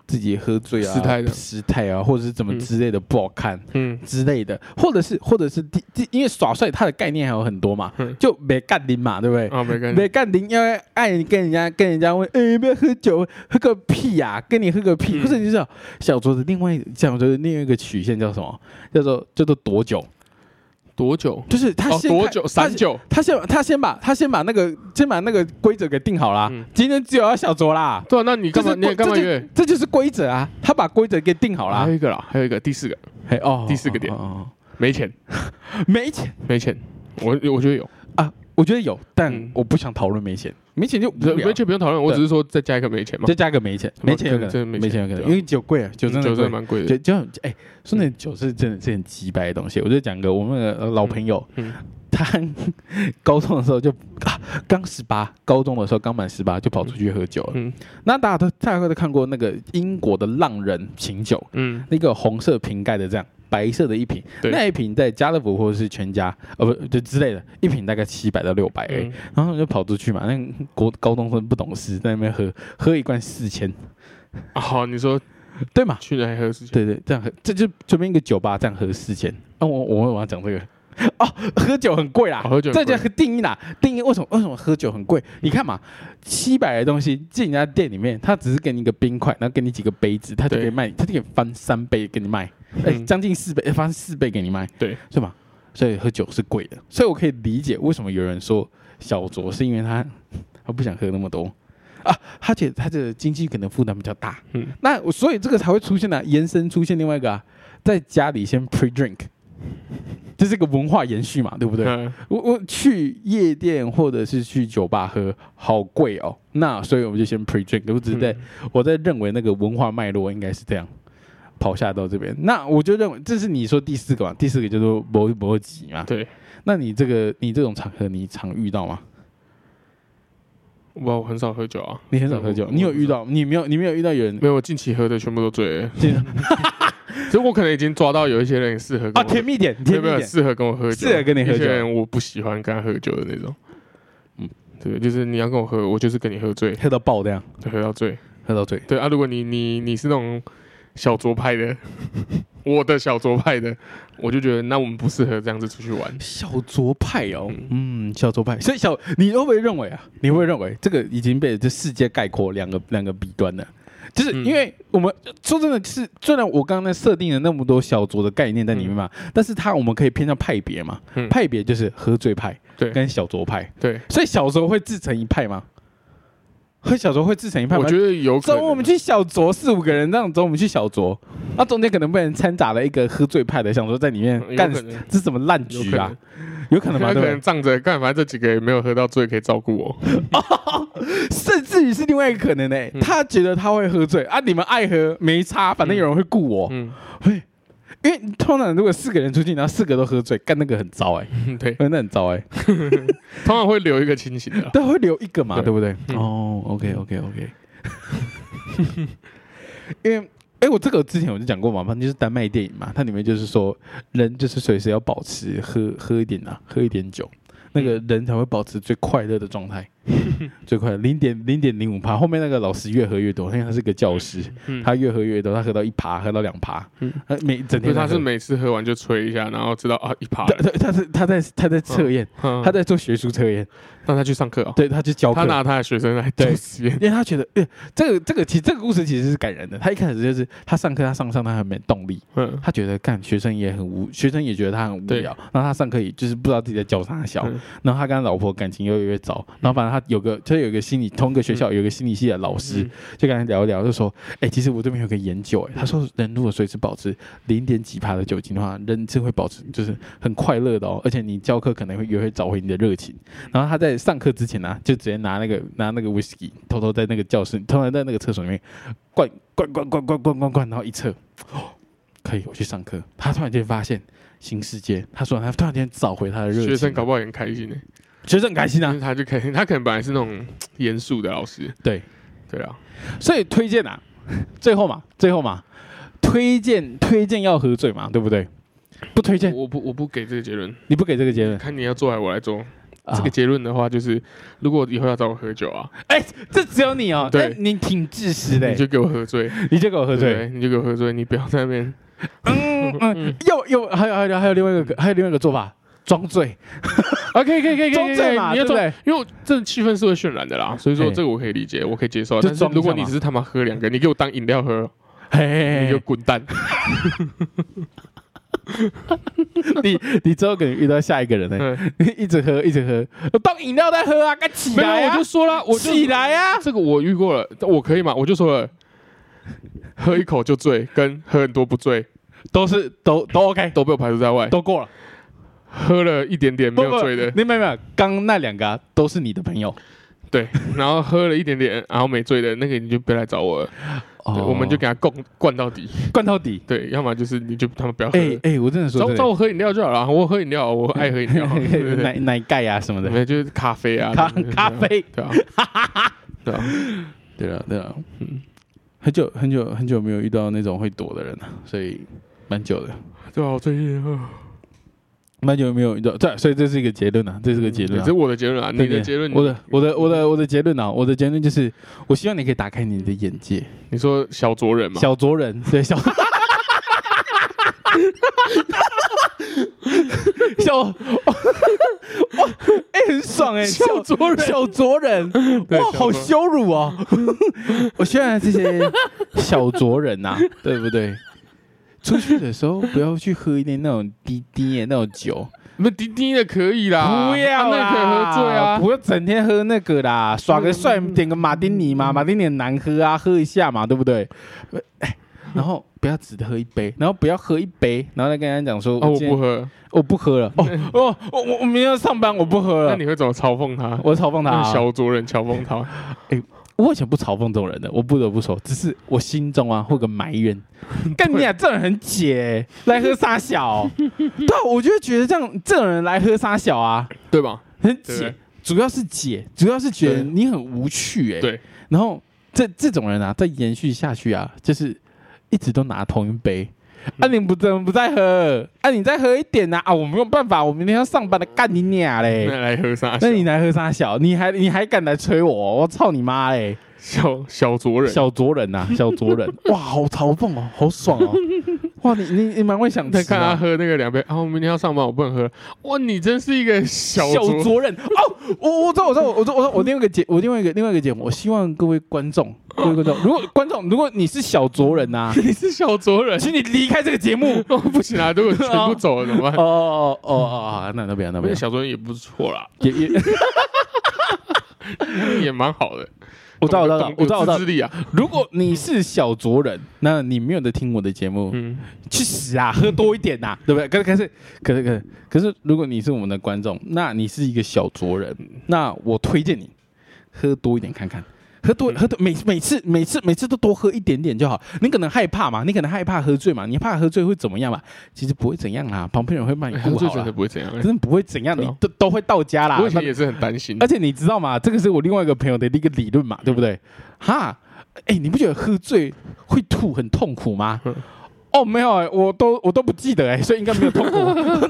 [SPEAKER 2] 自己喝醉啊，
[SPEAKER 1] 失态的
[SPEAKER 2] 失态啊，或者是怎么
[SPEAKER 1] 嗯
[SPEAKER 2] 之类的不好看。
[SPEAKER 1] 嗯，
[SPEAKER 2] 之类的，或者是或者是第第，因为耍帅它的概念还有很多嘛
[SPEAKER 1] 嗯，
[SPEAKER 2] 就没干零嘛，对不对？
[SPEAKER 1] 啊，没跟
[SPEAKER 2] 没干零，因为爱跟人家跟人家问，哎、不要喝酒，喝个屁呀、跟你喝个屁，
[SPEAKER 1] 嗯
[SPEAKER 2] 或者你知道小卓的另外一小卓的另外一个曲线叫什么？叫做叫做躲酒，
[SPEAKER 1] 多久？
[SPEAKER 2] 就是他
[SPEAKER 1] 哦，
[SPEAKER 2] 先看、
[SPEAKER 1] 多久？
[SPEAKER 2] 他
[SPEAKER 1] 散酒，
[SPEAKER 2] 他先他先把他先把那个先把那个规则给定好啦，
[SPEAKER 1] 嗯
[SPEAKER 2] 今天只有要小酌啦，
[SPEAKER 1] 对啊，那你干嘛？
[SPEAKER 2] 这
[SPEAKER 1] 你
[SPEAKER 2] 是
[SPEAKER 1] 干嘛
[SPEAKER 2] 这就
[SPEAKER 1] 约？
[SPEAKER 2] 这就是规则啊，他把规则给定好啦
[SPEAKER 1] 还有。一个啦，还有一个第四个，
[SPEAKER 2] 嘿哦
[SPEAKER 1] 第四个点
[SPEAKER 2] 哦哦
[SPEAKER 1] 没钱，
[SPEAKER 2] 哦没钱
[SPEAKER 1] 没钱，我我觉得有，
[SPEAKER 2] 啊，我觉得有，但
[SPEAKER 1] 嗯
[SPEAKER 2] 我不想讨论没钱，没钱就无聊
[SPEAKER 1] 没钱不用讨论，我只是说再加一个没钱嘛，
[SPEAKER 2] 再加个没钱，没钱有可
[SPEAKER 1] 真的
[SPEAKER 2] 能，
[SPEAKER 1] 没
[SPEAKER 2] 没
[SPEAKER 1] 钱
[SPEAKER 2] 钱有可能，
[SPEAKER 1] 对啊
[SPEAKER 2] 因为酒贵啊，酒真
[SPEAKER 1] 嗯
[SPEAKER 2] 的
[SPEAKER 1] 酒
[SPEAKER 2] 贵
[SPEAKER 1] 真的。蛮贵
[SPEAKER 2] 就
[SPEAKER 1] 的，
[SPEAKER 2] 就哎、说那酒是真的是很鸡掰的东西。我就讲个我们的呃老朋友，
[SPEAKER 1] 嗯嗯
[SPEAKER 2] 他 高中的时候就啊刚十八，高中的时候刚满十八就跑出去喝酒了。
[SPEAKER 1] 嗯
[SPEAKER 2] 那大家都大家都看过那个英国的浪人醒酒，
[SPEAKER 1] 嗯，
[SPEAKER 2] 那个红色瓶盖的这样白色的一瓶，
[SPEAKER 1] 对
[SPEAKER 2] 那一瓶在家乐福或者是全家，呃不就之类的，一瓶大概七百到六百而已。
[SPEAKER 1] 嗯
[SPEAKER 2] 然后我就跑出去嘛，那国高中生不懂事，在那边喝喝一罐四千，
[SPEAKER 1] 啊好，你说
[SPEAKER 2] 对嘛？
[SPEAKER 1] 去哪里喝事情？
[SPEAKER 2] 对对，这样喝，这就随便一个酒吧这样喝四千。啊，我我为什么要讲这个？哦，喝酒很贵啦，
[SPEAKER 1] 哦喝酒很
[SPEAKER 2] 这
[SPEAKER 1] 贵
[SPEAKER 2] 叫定义啦，定义为什么为什么喝酒很贵？你看嘛，七百的东西进人家店里面，他只是给你一个冰块，然后给你几个杯子，他就
[SPEAKER 1] 对
[SPEAKER 2] 可以卖，他就可以翻三倍给你卖，哎、
[SPEAKER 1] 嗯
[SPEAKER 2] 将近四倍，呃翻四倍给你卖，
[SPEAKER 1] 对，
[SPEAKER 2] 是吧？所以喝酒是贵的。所以我可以理解为什么有人说小酌是因为他他不想喝那么多啊，而且他的经济可能负担比较大。
[SPEAKER 1] 嗯
[SPEAKER 2] 那我所以这个才会出现啊，延伸出现另外一个啊，在家里先 pre drink，这是个文化延续嘛，对不对？
[SPEAKER 1] 嗯
[SPEAKER 2] 我我去夜店或者是去酒吧喝，好贵哦。那所以我们就先 pre drink，我只是在、我在认为那个文化脉络应该是这样跑下到这边。那我就认为这是你说第四个嘛，第四个叫做摩摩吉嘛。
[SPEAKER 1] 对，
[SPEAKER 2] 那你这个你这种场合你常遇到吗？
[SPEAKER 1] 我我很少喝酒啊，
[SPEAKER 2] 你很少喝酒，你有遇到？你没有？你没有遇到有人
[SPEAKER 1] 没有？我近期喝的全部都醉了，
[SPEAKER 2] 就是
[SPEAKER 1] 所以我可能已经抓到有一些人适合
[SPEAKER 2] 啊
[SPEAKER 1] 跟我喝
[SPEAKER 2] 甜蜜点，
[SPEAKER 1] 没
[SPEAKER 2] 甜
[SPEAKER 1] 有
[SPEAKER 2] 蜜
[SPEAKER 1] 没有
[SPEAKER 2] 点，
[SPEAKER 1] 适合跟我喝酒，
[SPEAKER 2] 适合跟你喝酒
[SPEAKER 1] 有些人我不喜欢跟他喝酒的那种。
[SPEAKER 2] 嗯
[SPEAKER 1] 嗯，对，就是你要跟我喝，我就是跟你喝醉，
[SPEAKER 2] 喝到爆这样，
[SPEAKER 1] 就喝到醉。
[SPEAKER 2] 喝到醉。
[SPEAKER 1] 对啊，如果你你你是那种小酌派的， 我的小酌派的，我就觉得那我们不适合这样子出去玩。
[SPEAKER 2] 小酌派哦，嗯，小酌派，所以小你会不会认为
[SPEAKER 1] 嗯
[SPEAKER 2] 啊？你会不会认为这个已经被这世界概括两个两个弊端了？就是
[SPEAKER 1] 嗯
[SPEAKER 2] 因为我们说真的是，虽然我刚刚设定了那么多小酌的概念在里面嘛，但是它我们可以偏向派别嘛，
[SPEAKER 1] 嗯
[SPEAKER 2] 派别就是喝醉派，
[SPEAKER 1] 对
[SPEAKER 2] 跟小酌派，
[SPEAKER 1] 对，
[SPEAKER 2] 所以小酌会自成一派吗？喝小酌会自成一派吗？
[SPEAKER 1] 我觉得有可
[SPEAKER 2] 走，
[SPEAKER 1] 能。
[SPEAKER 2] 我们去小酌四五个人，这样走，我们去小酌，那中间可能被人掺杂了一个喝醉派的，想说在里面
[SPEAKER 1] 嗯有
[SPEAKER 2] 干
[SPEAKER 1] 可能
[SPEAKER 2] 这是什么烂
[SPEAKER 1] 有
[SPEAKER 2] 局
[SPEAKER 1] 可
[SPEAKER 2] 啊
[SPEAKER 1] 能？
[SPEAKER 2] 有可能吧，
[SPEAKER 1] 他
[SPEAKER 2] 对不
[SPEAKER 1] 可
[SPEAKER 2] 对
[SPEAKER 1] 能？仗着干，反正这几个也没有喝到醉，可以照顾我。
[SPEAKER 2] 甚至于是另外一个可能呢、
[SPEAKER 1] 嗯
[SPEAKER 2] 他觉得他会喝醉啊，你们爱喝没差，反正有人会顾我。
[SPEAKER 1] 嗯，
[SPEAKER 2] 因为通常如果四个人出去，然后四个都喝醉，干那个很糟哎、
[SPEAKER 1] 对，
[SPEAKER 2] 欸，那很糟哎、
[SPEAKER 1] 通常会留一个清醒的 啦。
[SPEAKER 2] 但会留一个嘛，对
[SPEAKER 1] 对
[SPEAKER 2] 不对？
[SPEAKER 1] 嗯
[SPEAKER 2] 哦，OK OK OK，因为。哎，我这个之前我就讲过嘛，反正就是丹麦电影嘛，它里面就是说，人就是随时要保持喝喝一点啊，喝一点酒，那
[SPEAKER 1] 嗯
[SPEAKER 2] 个人才会保持最快乐的 状态，最快零点零点零五趴。后面那个老师越喝越多，因为他是个教师，
[SPEAKER 1] 嗯，
[SPEAKER 2] 他越喝越多，他喝到一趴，喝到两趴
[SPEAKER 1] 嗯，
[SPEAKER 2] 他每整
[SPEAKER 1] 因为
[SPEAKER 2] 天
[SPEAKER 1] 他
[SPEAKER 2] 在喝
[SPEAKER 1] 是每次喝完就吹一下，然后知道啊一趴
[SPEAKER 2] 他，他他是他在他在测验，
[SPEAKER 1] 嗯
[SPEAKER 2] 他在做学术测验，
[SPEAKER 1] 让他去上课哦。
[SPEAKER 2] 对，他去教
[SPEAKER 1] 他
[SPEAKER 2] 课。
[SPEAKER 1] 拿他的学生来
[SPEAKER 2] 对
[SPEAKER 1] 做实验。
[SPEAKER 2] 因为他觉得，哎、这个这个其实这个故事其实是感人的。他一开始就是他上课，他上上他很没动力，
[SPEAKER 1] 嗯，
[SPEAKER 2] 他觉得干学生也很无，学生也觉得他很无
[SPEAKER 1] 对
[SPEAKER 2] 聊。然后他上课也就是不知道自己在教啥小，
[SPEAKER 1] 嗯
[SPEAKER 2] 然后他跟他老婆感情越来越糟。然后反正他有个就是有一个心理同一个学校有一个心理系的老师，
[SPEAKER 1] 嗯
[SPEAKER 2] 就跟他聊一聊，就说，哎、其实我这边有个研究、哎，他说人如果随时保持零点几帕的酒精的话，人是会保持就是很快乐的哦，而且你教课可能会也会找回你的热情。然后他在上课之前呢、就直接拿那个拿那个 whisky，偷偷在那个教室，偷偷在那个厕所里面灌灌灌灌灌灌灌灌，然后一测，哦可以，我去上课。他突然间发现新世界，他说他突然间找回他的热情，
[SPEAKER 1] 学生搞不好也很开心呢。
[SPEAKER 2] 学生很开心
[SPEAKER 1] 但
[SPEAKER 2] 啊，
[SPEAKER 1] 是他就可能他可能本来是那种严肃的老师，
[SPEAKER 2] 对，
[SPEAKER 1] 对啊，
[SPEAKER 2] 所以推荐啊， 最后嘛，最后嘛，推荐推荐要喝醉嘛，对不对？不推荐，
[SPEAKER 1] 我不我不给这个结论，
[SPEAKER 2] 你不给这个结论。
[SPEAKER 1] 看你要做还是我来做。
[SPEAKER 2] 啊
[SPEAKER 1] 这个结论的话，就是如果以后要找我喝酒啊，
[SPEAKER 2] 这只有你哦，
[SPEAKER 1] 对
[SPEAKER 2] 哎你挺自私的欸
[SPEAKER 1] 你，就给我喝醉，
[SPEAKER 2] 你就给我
[SPEAKER 1] 对
[SPEAKER 2] 喝
[SPEAKER 1] 不
[SPEAKER 2] 醉。
[SPEAKER 1] 对，你就给我喝醉，你不要在那边
[SPEAKER 2] 嗯嗯，又又还有还有还有另外一个还有另外一个做法，装醉，
[SPEAKER 1] 啊，可以可以可以可以，
[SPEAKER 2] 装醉嘛，
[SPEAKER 1] 你
[SPEAKER 2] 对
[SPEAKER 1] 要
[SPEAKER 2] 不
[SPEAKER 1] 装，
[SPEAKER 2] 对？
[SPEAKER 1] 因为我这气氛是会渲染的啦，所以说
[SPEAKER 2] 嘿
[SPEAKER 1] 这个我可以理解，我可以接受。啊
[SPEAKER 2] 就
[SPEAKER 1] 但是
[SPEAKER 2] 装一下
[SPEAKER 1] 如果你
[SPEAKER 2] 嘛
[SPEAKER 1] 只是他妈喝两个，你给我当饮料喝，你
[SPEAKER 2] 嘿
[SPEAKER 1] 就
[SPEAKER 2] 嘿
[SPEAKER 1] 滚蛋。
[SPEAKER 2] 嘿，你你之后可能遇到下一个人呢，
[SPEAKER 1] 嗯
[SPEAKER 2] 一直喝一直喝，当饮料在喝啊，该起
[SPEAKER 1] 没有，
[SPEAKER 2] 来
[SPEAKER 1] 我
[SPEAKER 2] 啊
[SPEAKER 1] 就，说了，我就
[SPEAKER 2] 起来啊，
[SPEAKER 1] 这个我遇过了，我可以吗？我就说了，喝一口就醉，跟喝很多不醉
[SPEAKER 2] 都是都都 OK，
[SPEAKER 1] 都被我排除在外。
[SPEAKER 2] 都过了。
[SPEAKER 1] 喝了一点点没有醉的，
[SPEAKER 2] 你没有没有，刚那两个、啊、都是你的朋友，
[SPEAKER 1] 对，然后喝了一点点，然后没醉的那个你就别来找我了，
[SPEAKER 2] 哦
[SPEAKER 1] 对我们就给他灌灌到底。
[SPEAKER 2] 灌到底。
[SPEAKER 1] 对，要么就是你就他们不要喝
[SPEAKER 2] 哎、
[SPEAKER 1] 了，
[SPEAKER 2] 哎、我真的说
[SPEAKER 1] 找
[SPEAKER 2] 真
[SPEAKER 1] 找
[SPEAKER 2] 的，
[SPEAKER 1] 我喝饮料就好了，我喝饮料，我爱喝饮料，对对对
[SPEAKER 2] 奶奶盖啊什么
[SPEAKER 1] 没
[SPEAKER 2] 的，
[SPEAKER 1] 有，就是咖啡啊，
[SPEAKER 2] 咖
[SPEAKER 1] 对对对
[SPEAKER 2] 咖啡
[SPEAKER 1] 对啊，对啊，
[SPEAKER 2] 对了对了，嗯，很久很久很久没有遇到那种会躲的人了，所以蛮久的，
[SPEAKER 1] 对啊，我最近呃
[SPEAKER 2] 蛮久没有遇到，对，所以这是一个结论啊，这是个结论、
[SPEAKER 1] 对这
[SPEAKER 2] 啊
[SPEAKER 1] 是。我的结论啊，你
[SPEAKER 2] 对
[SPEAKER 1] 的嗯结论，
[SPEAKER 2] 我的我的我的我的结论啊，我的结论就是，我希望你可以打开你的眼界，
[SPEAKER 1] 你说小卓人嘛，
[SPEAKER 2] 小卓人， 对小，小，哇，哎、很爽哎、
[SPEAKER 1] 小
[SPEAKER 2] 卓人，小卓人，
[SPEAKER 1] 对
[SPEAKER 2] 哇，
[SPEAKER 1] 小
[SPEAKER 2] 好
[SPEAKER 1] 卓
[SPEAKER 2] 羞辱哦！ 我希望这些小卓人啊呐、对不对？出去的时候不要去喝一点那种滴滴的那种酒，
[SPEAKER 1] 那滴滴的可以啦，
[SPEAKER 2] 不
[SPEAKER 1] 啊
[SPEAKER 2] 要
[SPEAKER 1] 那可以
[SPEAKER 2] 啦哦
[SPEAKER 1] 喝醉啊。
[SPEAKER 2] 不要整天喝那个啦，耍个帅，
[SPEAKER 1] 嗯
[SPEAKER 2] 点个马丁尼嘛，马丁尼很难喝啊，喝一下嘛，对 不对？哎然后不要只喝一杯，然后不要喝一杯，然后再跟人家讲说，
[SPEAKER 1] 哦，我
[SPEAKER 2] 今天
[SPEAKER 1] 不喝，
[SPEAKER 2] 我不喝了，哦哦，我我我明天要上班，我不喝
[SPEAKER 1] 那
[SPEAKER 2] 了，
[SPEAKER 1] 你会怎么嘲讽他？
[SPEAKER 2] 我嘲讽他
[SPEAKER 1] 那
[SPEAKER 2] 啊、
[SPEAKER 1] 个小卓人嘲讽他，
[SPEAKER 2] 我以前不嘲讽这种人的，我不得不说，只是我心中啊会有个埋 怨，干你啊，这种人很解、欸来喝 沙小，对啊，我就觉得这样这种人来喝沙小啊，
[SPEAKER 1] 对吧？
[SPEAKER 2] 很
[SPEAKER 1] 对不对
[SPEAKER 2] 解，主要是解，主要是觉得
[SPEAKER 1] 对
[SPEAKER 2] 你很无趣哎、
[SPEAKER 1] 对，
[SPEAKER 2] 然后这这种人啊，再延续下去啊，就是一直都拿同一杯。啊！你不怎么不再喝？啊！你再喝一点呐、啊！我没有办法，我明天要上班的，干你俩嘞！
[SPEAKER 1] 那来喝啥？
[SPEAKER 2] 哎那你来喝沙小，你还你还敢来催我？我操你妈嘞！
[SPEAKER 1] 小小卓人，
[SPEAKER 2] 小卓人呐、啊小卓人， 哇，好嘲讽哦，好爽哦！ 哇，你你你蛮 会想
[SPEAKER 1] 他
[SPEAKER 2] 吃
[SPEAKER 1] 看他
[SPEAKER 2] 啊。
[SPEAKER 1] 喝那个两杯，啊，我明天要上班，我不能喝。哇，你真是一个小
[SPEAKER 2] 小
[SPEAKER 1] 卓，
[SPEAKER 2] 卓人 哦，我我知道我知道我知道我知道我另外一个节我另外一个另外一个节目，我希望各位观众各位观众，如果观众如果你是小卓人呐、
[SPEAKER 1] 你是小卓 人，
[SPEAKER 2] 请你离开这个节目。
[SPEAKER 1] 哦，不行 啊，如果全部走了怎么办
[SPEAKER 2] 哦？哦哦哦哦，那那不要那不
[SPEAKER 1] 那
[SPEAKER 2] 要
[SPEAKER 1] 个，小卓人也不错啦，
[SPEAKER 2] 也也
[SPEAKER 1] 也蛮好的。
[SPEAKER 2] 我知道我知道
[SPEAKER 1] 懂
[SPEAKER 2] 我知道
[SPEAKER 1] 有
[SPEAKER 2] 我知道
[SPEAKER 1] 自。制力啊，
[SPEAKER 2] 如果你是小卓人，那你没有在听我的节目，
[SPEAKER 1] 嗯，
[SPEAKER 2] 去死啊！喝多一点呐、 对不对？可是可是可是可是可是，如果你是我们的观众，那你是一个小卓人，
[SPEAKER 1] 嗯
[SPEAKER 2] 那我推荐你喝多一点看看。喝
[SPEAKER 1] 嗯
[SPEAKER 2] 多喝多，每每次每次每次都多喝一点点就好。你可能害怕嘛，你可能害怕喝醉嘛，你怕喝醉会怎么样嘛？其实不会怎样啦，旁边人会帮你
[SPEAKER 1] 哎
[SPEAKER 2] 顾
[SPEAKER 1] 喝醉
[SPEAKER 2] 好
[SPEAKER 1] 真的
[SPEAKER 2] 啦，
[SPEAKER 1] 不会怎样。
[SPEAKER 2] 真的不啊会怎样，
[SPEAKER 1] 对
[SPEAKER 2] 你
[SPEAKER 1] 啊
[SPEAKER 2] 都都会到家啦。
[SPEAKER 1] 我以前也是很担心
[SPEAKER 2] 而，且你知道吗？这个是我另外一个朋友的一个理论嘛，对不
[SPEAKER 1] 嗯
[SPEAKER 2] 对？哈，哎、你不觉得喝醉会吐很痛苦吗
[SPEAKER 1] 嗯？
[SPEAKER 2] 哦，没有、哎，我都我都不记得哎、所以应该没有痛 苦。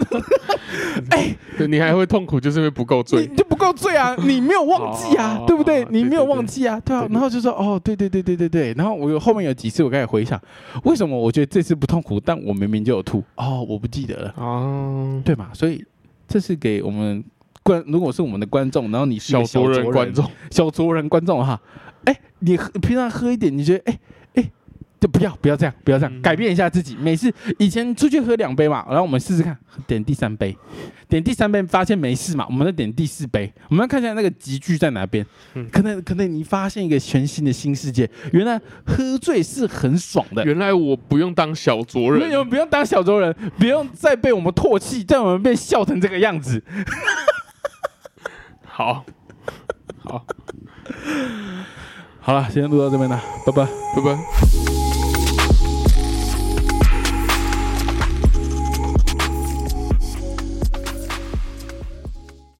[SPEAKER 1] 对你还会痛苦，就是因为不够
[SPEAKER 2] 你
[SPEAKER 1] 醉。
[SPEAKER 2] 你就不够 醉啊，你没有忘记啊，
[SPEAKER 1] 哦
[SPEAKER 2] 对不对
[SPEAKER 1] 哦？
[SPEAKER 2] 你没有忘记啊，对啊
[SPEAKER 1] 对。对
[SPEAKER 2] 然后就说哦，对对对对对对。然后我有后面有几次我开始回想，为什么我觉得这次不痛苦，但我明明就有吐哦，我不记得了，
[SPEAKER 1] 哦，
[SPEAKER 2] 对嘛？所以这是给我们观，如果是我们的观众，然后你是一个
[SPEAKER 1] 卓
[SPEAKER 2] 小
[SPEAKER 1] 人
[SPEAKER 2] 人
[SPEAKER 1] 观众，
[SPEAKER 2] 小族人观众哈，哎、你喝平常喝一点，你觉得哎哎，就不要不要这样，不要这样，
[SPEAKER 1] 嗯
[SPEAKER 2] 改变一下自己。每次以前出去喝两杯嘛，然后我们试试看，点第三杯，点第三杯发现没事嘛，我们再点第四杯，我们要看一下那个集聚在哪边。
[SPEAKER 1] 嗯
[SPEAKER 2] 可能可能你发现一个全新的新世界，原来喝醉是很爽的。
[SPEAKER 1] 原来我不用当小卓
[SPEAKER 2] 没有，
[SPEAKER 1] 人，
[SPEAKER 2] 不用当小洲人，不用再被我们唾弃，再我们被笑成这个样子。
[SPEAKER 1] 好，好，
[SPEAKER 2] 好了，今天录到这边了，拜拜。
[SPEAKER 1] 拜拜。